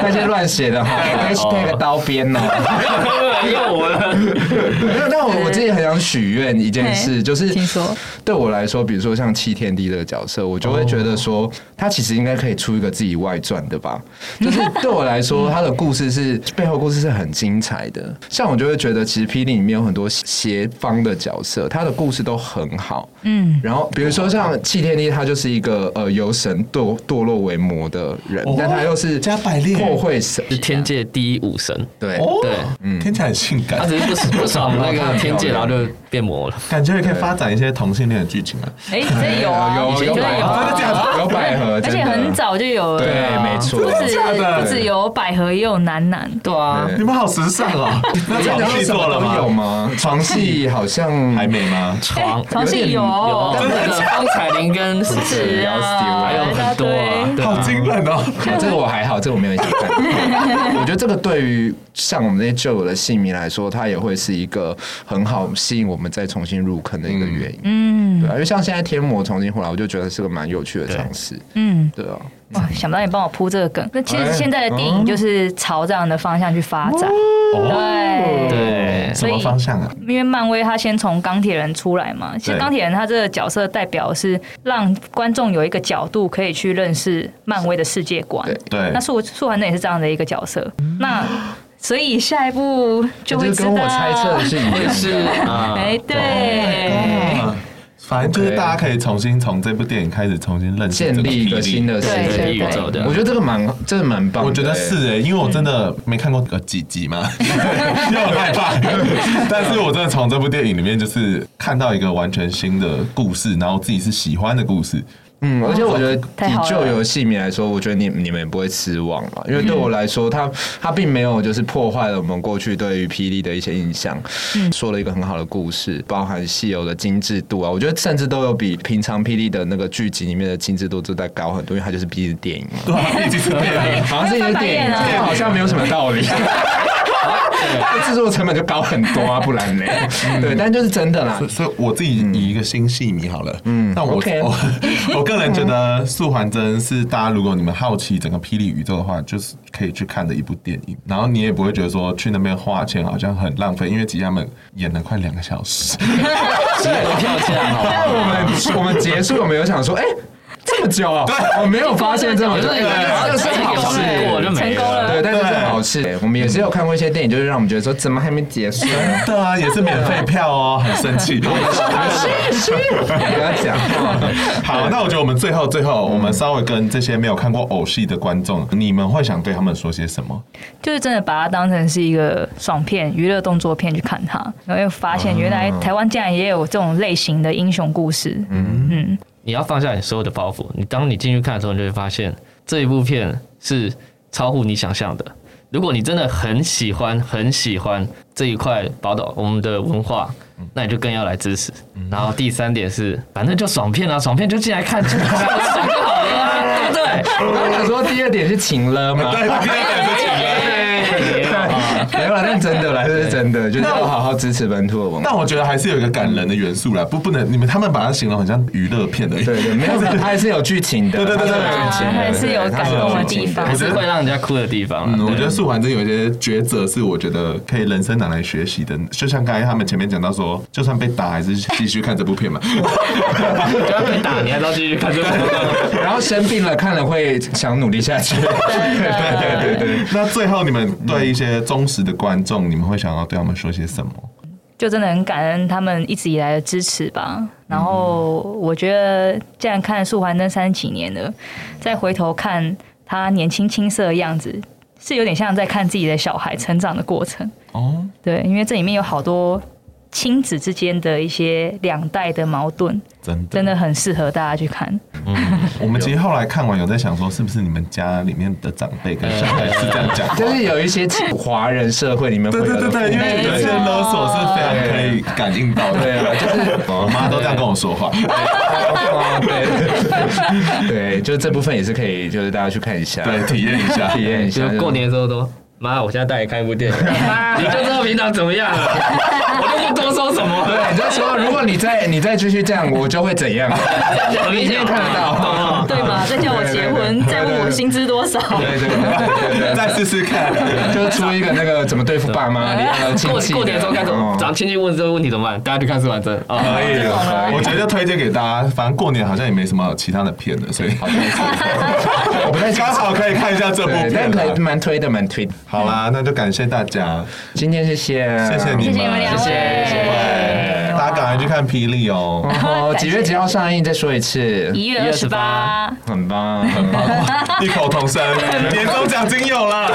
Speaker 3: 那些乱写的哈，#hashtag 刀边哦。
Speaker 5: 用我的
Speaker 3: 没有，但我我自己很想许愿一件事，
Speaker 2: 嘿
Speaker 3: 就是
Speaker 2: 哎请说
Speaker 3: 对我来说，比如说像七天地这个角色，我就会觉得说，他其实应该可以出一个自己外传的吧。 就是对我来说，他的故事是背后故事是很精彩的。像我就会觉得，其实霹雳里面有很多斜方的角色，他的故事都很好。嗯，然后比如说像七天地，他就是一个呃由神堕堕落为魔的人，但他又是
Speaker 1: 哦加百列
Speaker 3: 破坏神，
Speaker 5: 是天界第一武神，
Speaker 3: 对。
Speaker 1: 哦，
Speaker 5: 对
Speaker 1: 听起来很性
Speaker 5: 他
Speaker 1: 感，
Speaker 5: 只是不爽不爽那个天界，然后就变魔了。
Speaker 1: 感觉也可以发展一些同性恋的剧情啊。
Speaker 2: 哎，这有啊，
Speaker 3: 有
Speaker 2: 我觉
Speaker 3: 有
Speaker 2: 得
Speaker 3: 百
Speaker 2: 有啊，
Speaker 3: 合，有百合，
Speaker 2: 而且
Speaker 3: 真的
Speaker 2: 很早就有了，
Speaker 3: 对，没错，
Speaker 2: 不止
Speaker 1: 真的假的
Speaker 2: 不止有百合，也有男男，对啊，
Speaker 1: 你们好时尚 哦！那早戏做了
Speaker 3: 有
Speaker 1: 吗？
Speaker 3: 吗？床戏好像
Speaker 1: 还没吗？
Speaker 5: 床
Speaker 2: 哎床戏有
Speaker 5: 有
Speaker 2: 哦，
Speaker 5: 那个方彩玲跟狮
Speaker 2: 是
Speaker 5: 子
Speaker 2: 啊，
Speaker 5: 还有很多啊，对
Speaker 1: 好
Speaker 5: 啊，
Speaker 1: 惊 人哦！
Speaker 3: 啊这个我还好，这个我没有一起看。我觉得这个对于像我们这些旧有的戏迷来说，它也会是一个很好吸引我们再重新入坑的一个原因。嗯，对啊，因为像现在天魔重新回来，我就觉得是个蛮有趣的尝试。
Speaker 2: 嗯，
Speaker 3: 对啊，
Speaker 2: 哇，想不到你帮我铺这个梗。那其
Speaker 3: 哎
Speaker 2: 实现在的电影就是朝这样的方向去发展，对，
Speaker 5: 对，
Speaker 1: 什么方向啊？
Speaker 2: 因为漫威他先从钢铁人出来嘛，其实
Speaker 1: 对
Speaker 2: 钢铁人他这个角色代表是让观众有一个角度可以去认识漫威的世界观。
Speaker 1: 对
Speaker 2: 那，素素还真也是这样的一个角色。那所以下一步就会
Speaker 3: 嗯这
Speaker 2: 知
Speaker 3: 跟
Speaker 2: 道，啊
Speaker 3: 我猜测的是一样哦
Speaker 5: 也
Speaker 3: 的。
Speaker 5: 是啊，
Speaker 2: 哎，对，
Speaker 1: 嗯反正就是
Speaker 3: OK
Speaker 1: 大家可以重新从这部电影开始重新认识这
Speaker 3: 建立一
Speaker 1: 霹
Speaker 3: 个
Speaker 1: 雳
Speaker 3: 新的世
Speaker 2: 对
Speaker 3: 界
Speaker 5: 对宇宙的
Speaker 3: 我觉得这个蛮，这个蛮棒的。
Speaker 1: 我觉得是哎、因为
Speaker 3: 嗯
Speaker 1: 我真的没看过呃几集嘛， 因为我很害 怕。但是我真的从这部电影里面就是看到一个完全新的故事，然后自己是喜欢的故 事。
Speaker 3: 嗯，而且我觉得
Speaker 2: 太
Speaker 3: 以
Speaker 2: 好了
Speaker 3: 旧游戏迷来说，我觉得你你们也不会失望嘛，因为对我来说，它它并没有就是破坏了我们过去对于霹雳的一些印象，说了一个很好的故事，包含戏游的精致度啊，我觉得甚至都有比平常霹雳的那个剧集里面的精致度都在高很多，因为它就是霹雳电影嘛，
Speaker 1: 对、啊，已经是电影。
Speaker 3: 好像是一个电影，
Speaker 2: 翻白眼啊
Speaker 3: 这个好像没有什么道 理。它的制作成本就高很多啊，不然呢？对，但就是真的啦
Speaker 1: 所，所以我自己以一个新戏迷好了，嗯，但我
Speaker 3: OK
Speaker 1: 我 我个人觉得《素还真》是大家如果你们好奇整个霹雳宇宙的话，就是可以去看的一部电影，然后你也不会觉得说去那边花钱好像很浪费，因为其实他们演了快两个小时，
Speaker 5: 只有票价好不
Speaker 3: 但
Speaker 5: 好？
Speaker 3: 我们我们结束，我们有想说，哎、这么久啊，我没有发现这么久，
Speaker 5: 对
Speaker 3: 这是好事。
Speaker 5: 我就没
Speaker 2: 成功
Speaker 5: 了。
Speaker 2: 了。
Speaker 3: 对，但是是好事。我们也是有看过一些电影，就是让我们觉得说，怎么还没结束？
Speaker 1: 真的啊，也是免费票哦，很生气。
Speaker 3: 不要讲话。
Speaker 1: 好，那我觉得我们最后最后，我们稍微跟这些没有看过偶戏的观众，你们会想对他们说些什么？
Speaker 2: 就是真的把它当成是一个爽片、娱乐动作片去看它，然后又发现原来台湾竟然也有这种类型的英雄故事。
Speaker 5: 你要放下你所有的包袱。你当你进去看的时候，你就会发现这一部片是超乎你想象的。如果你真的很喜欢、很喜欢这一块宝岛我们的文化，
Speaker 1: 嗯
Speaker 5: 那你就更要来支持。然后第三点是，反正就爽片啊，爽片就进来看，就看爽就好了、啊，对不 对？
Speaker 3: 我想说，第二点是情了吗？
Speaker 1: 对，第二点是请 了。
Speaker 3: 没有啦，但真的啦，这是真的，就是要好好支持本土的文化。
Speaker 1: 但我觉得还是有一个感人的元素啦，不不能你们他们把它形容很像娱乐片的，
Speaker 3: 对对，没有，它还是有剧情 的，
Speaker 1: 对对对对对
Speaker 3: 它是有剧情的
Speaker 2: 还是有感动的地方
Speaker 5: 还是会让人家哭的地方、啊。
Speaker 1: 嗯，我觉
Speaker 5: 对
Speaker 1: 得素还真有一些抉择是我觉得可以人生拿来学习的，就像刚才他们前面讲到说，就算被打还是继续看这部片嘛。
Speaker 5: 不要被打，你还是要继续看这部片。
Speaker 3: 然后生病了，看了会想努力下去。
Speaker 1: 对对对。 那最后你们对一些忠实的观众，你们会想要对他们说些什么？
Speaker 2: 就真的很感恩他们一直以来的支持吧。然后我觉得，既然看《素还真》三十几年了，再回头看他年轻青涩的样子，是有点像在看自己的小孩成长的过程。
Speaker 1: 哦，
Speaker 2: 对，因为这里面有好多亲子之间的一些两代的矛盾，
Speaker 1: 真的
Speaker 2: 真的很适合大家去看。
Speaker 1: 我们其实后来看完有在想说，是不是你们家里面的长辈跟小孩是这样讲话？
Speaker 3: 就是有一些华人社会里面会
Speaker 1: 对
Speaker 3: 有
Speaker 1: 对
Speaker 3: 的
Speaker 1: 对对，因为有些勒索是非常可以感应到的，
Speaker 3: 对啊
Speaker 1: 就是我妈都这样跟我说话。
Speaker 3: 啊对对，就是这部分也是可以，就是大家去看一下，
Speaker 1: 对体验一下
Speaker 3: 体验一
Speaker 5: 就
Speaker 3: 下。
Speaker 5: 过年的时候都，妈，我现在带你看一部 电影，你就知道平常怎么样了，我就不多说什么
Speaker 3: 对，
Speaker 5: 了。
Speaker 3: 你就说如果你再你再继续这样，我就会怎样？
Speaker 5: 我
Speaker 3: 明天看得到。
Speaker 2: 对嘛？再叫我结婚，再问我薪资多少，
Speaker 3: 对对对对
Speaker 1: 再试试看，
Speaker 3: 对，就是出一个那个怎么对付爸妈、你还有亲
Speaker 5: 过
Speaker 3: 戚的。
Speaker 5: 过年的时候该怎么
Speaker 3: 哦？
Speaker 5: 长亲戚问这个问题怎么办？大家去看《四完真》
Speaker 3: 嗯
Speaker 5: 啊，
Speaker 1: 可以了，我觉得推荐给大家。反正过年好像也没什么其他的片了，所以
Speaker 3: 我不太
Speaker 1: 刚好可以看一下这部
Speaker 3: 对，但
Speaker 1: 片
Speaker 3: 可以嗯
Speaker 1: 了。
Speaker 3: 蛮推的，蛮推的。
Speaker 1: 好啦，那就感谢大家，
Speaker 3: 今天谢嗯谢，
Speaker 1: 谢谢
Speaker 2: 谢
Speaker 1: 你
Speaker 2: 谢你们两位，
Speaker 3: 谢谢
Speaker 1: 大家赶快去看《霹雳》哦。
Speaker 3: 哦，几月几号上映？再说一次，
Speaker 2: 一月二十八，
Speaker 3: 很棒，很棒。
Speaker 1: 异口同 声，年终奖金有了。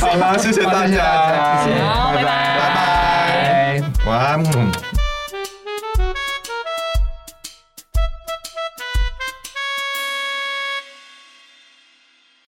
Speaker 1: 好啦，谢谢大
Speaker 3: 谢谢
Speaker 1: 家，
Speaker 3: 大家，
Speaker 2: 好拜拜
Speaker 3: 拜拜。
Speaker 1: 晚安。嗯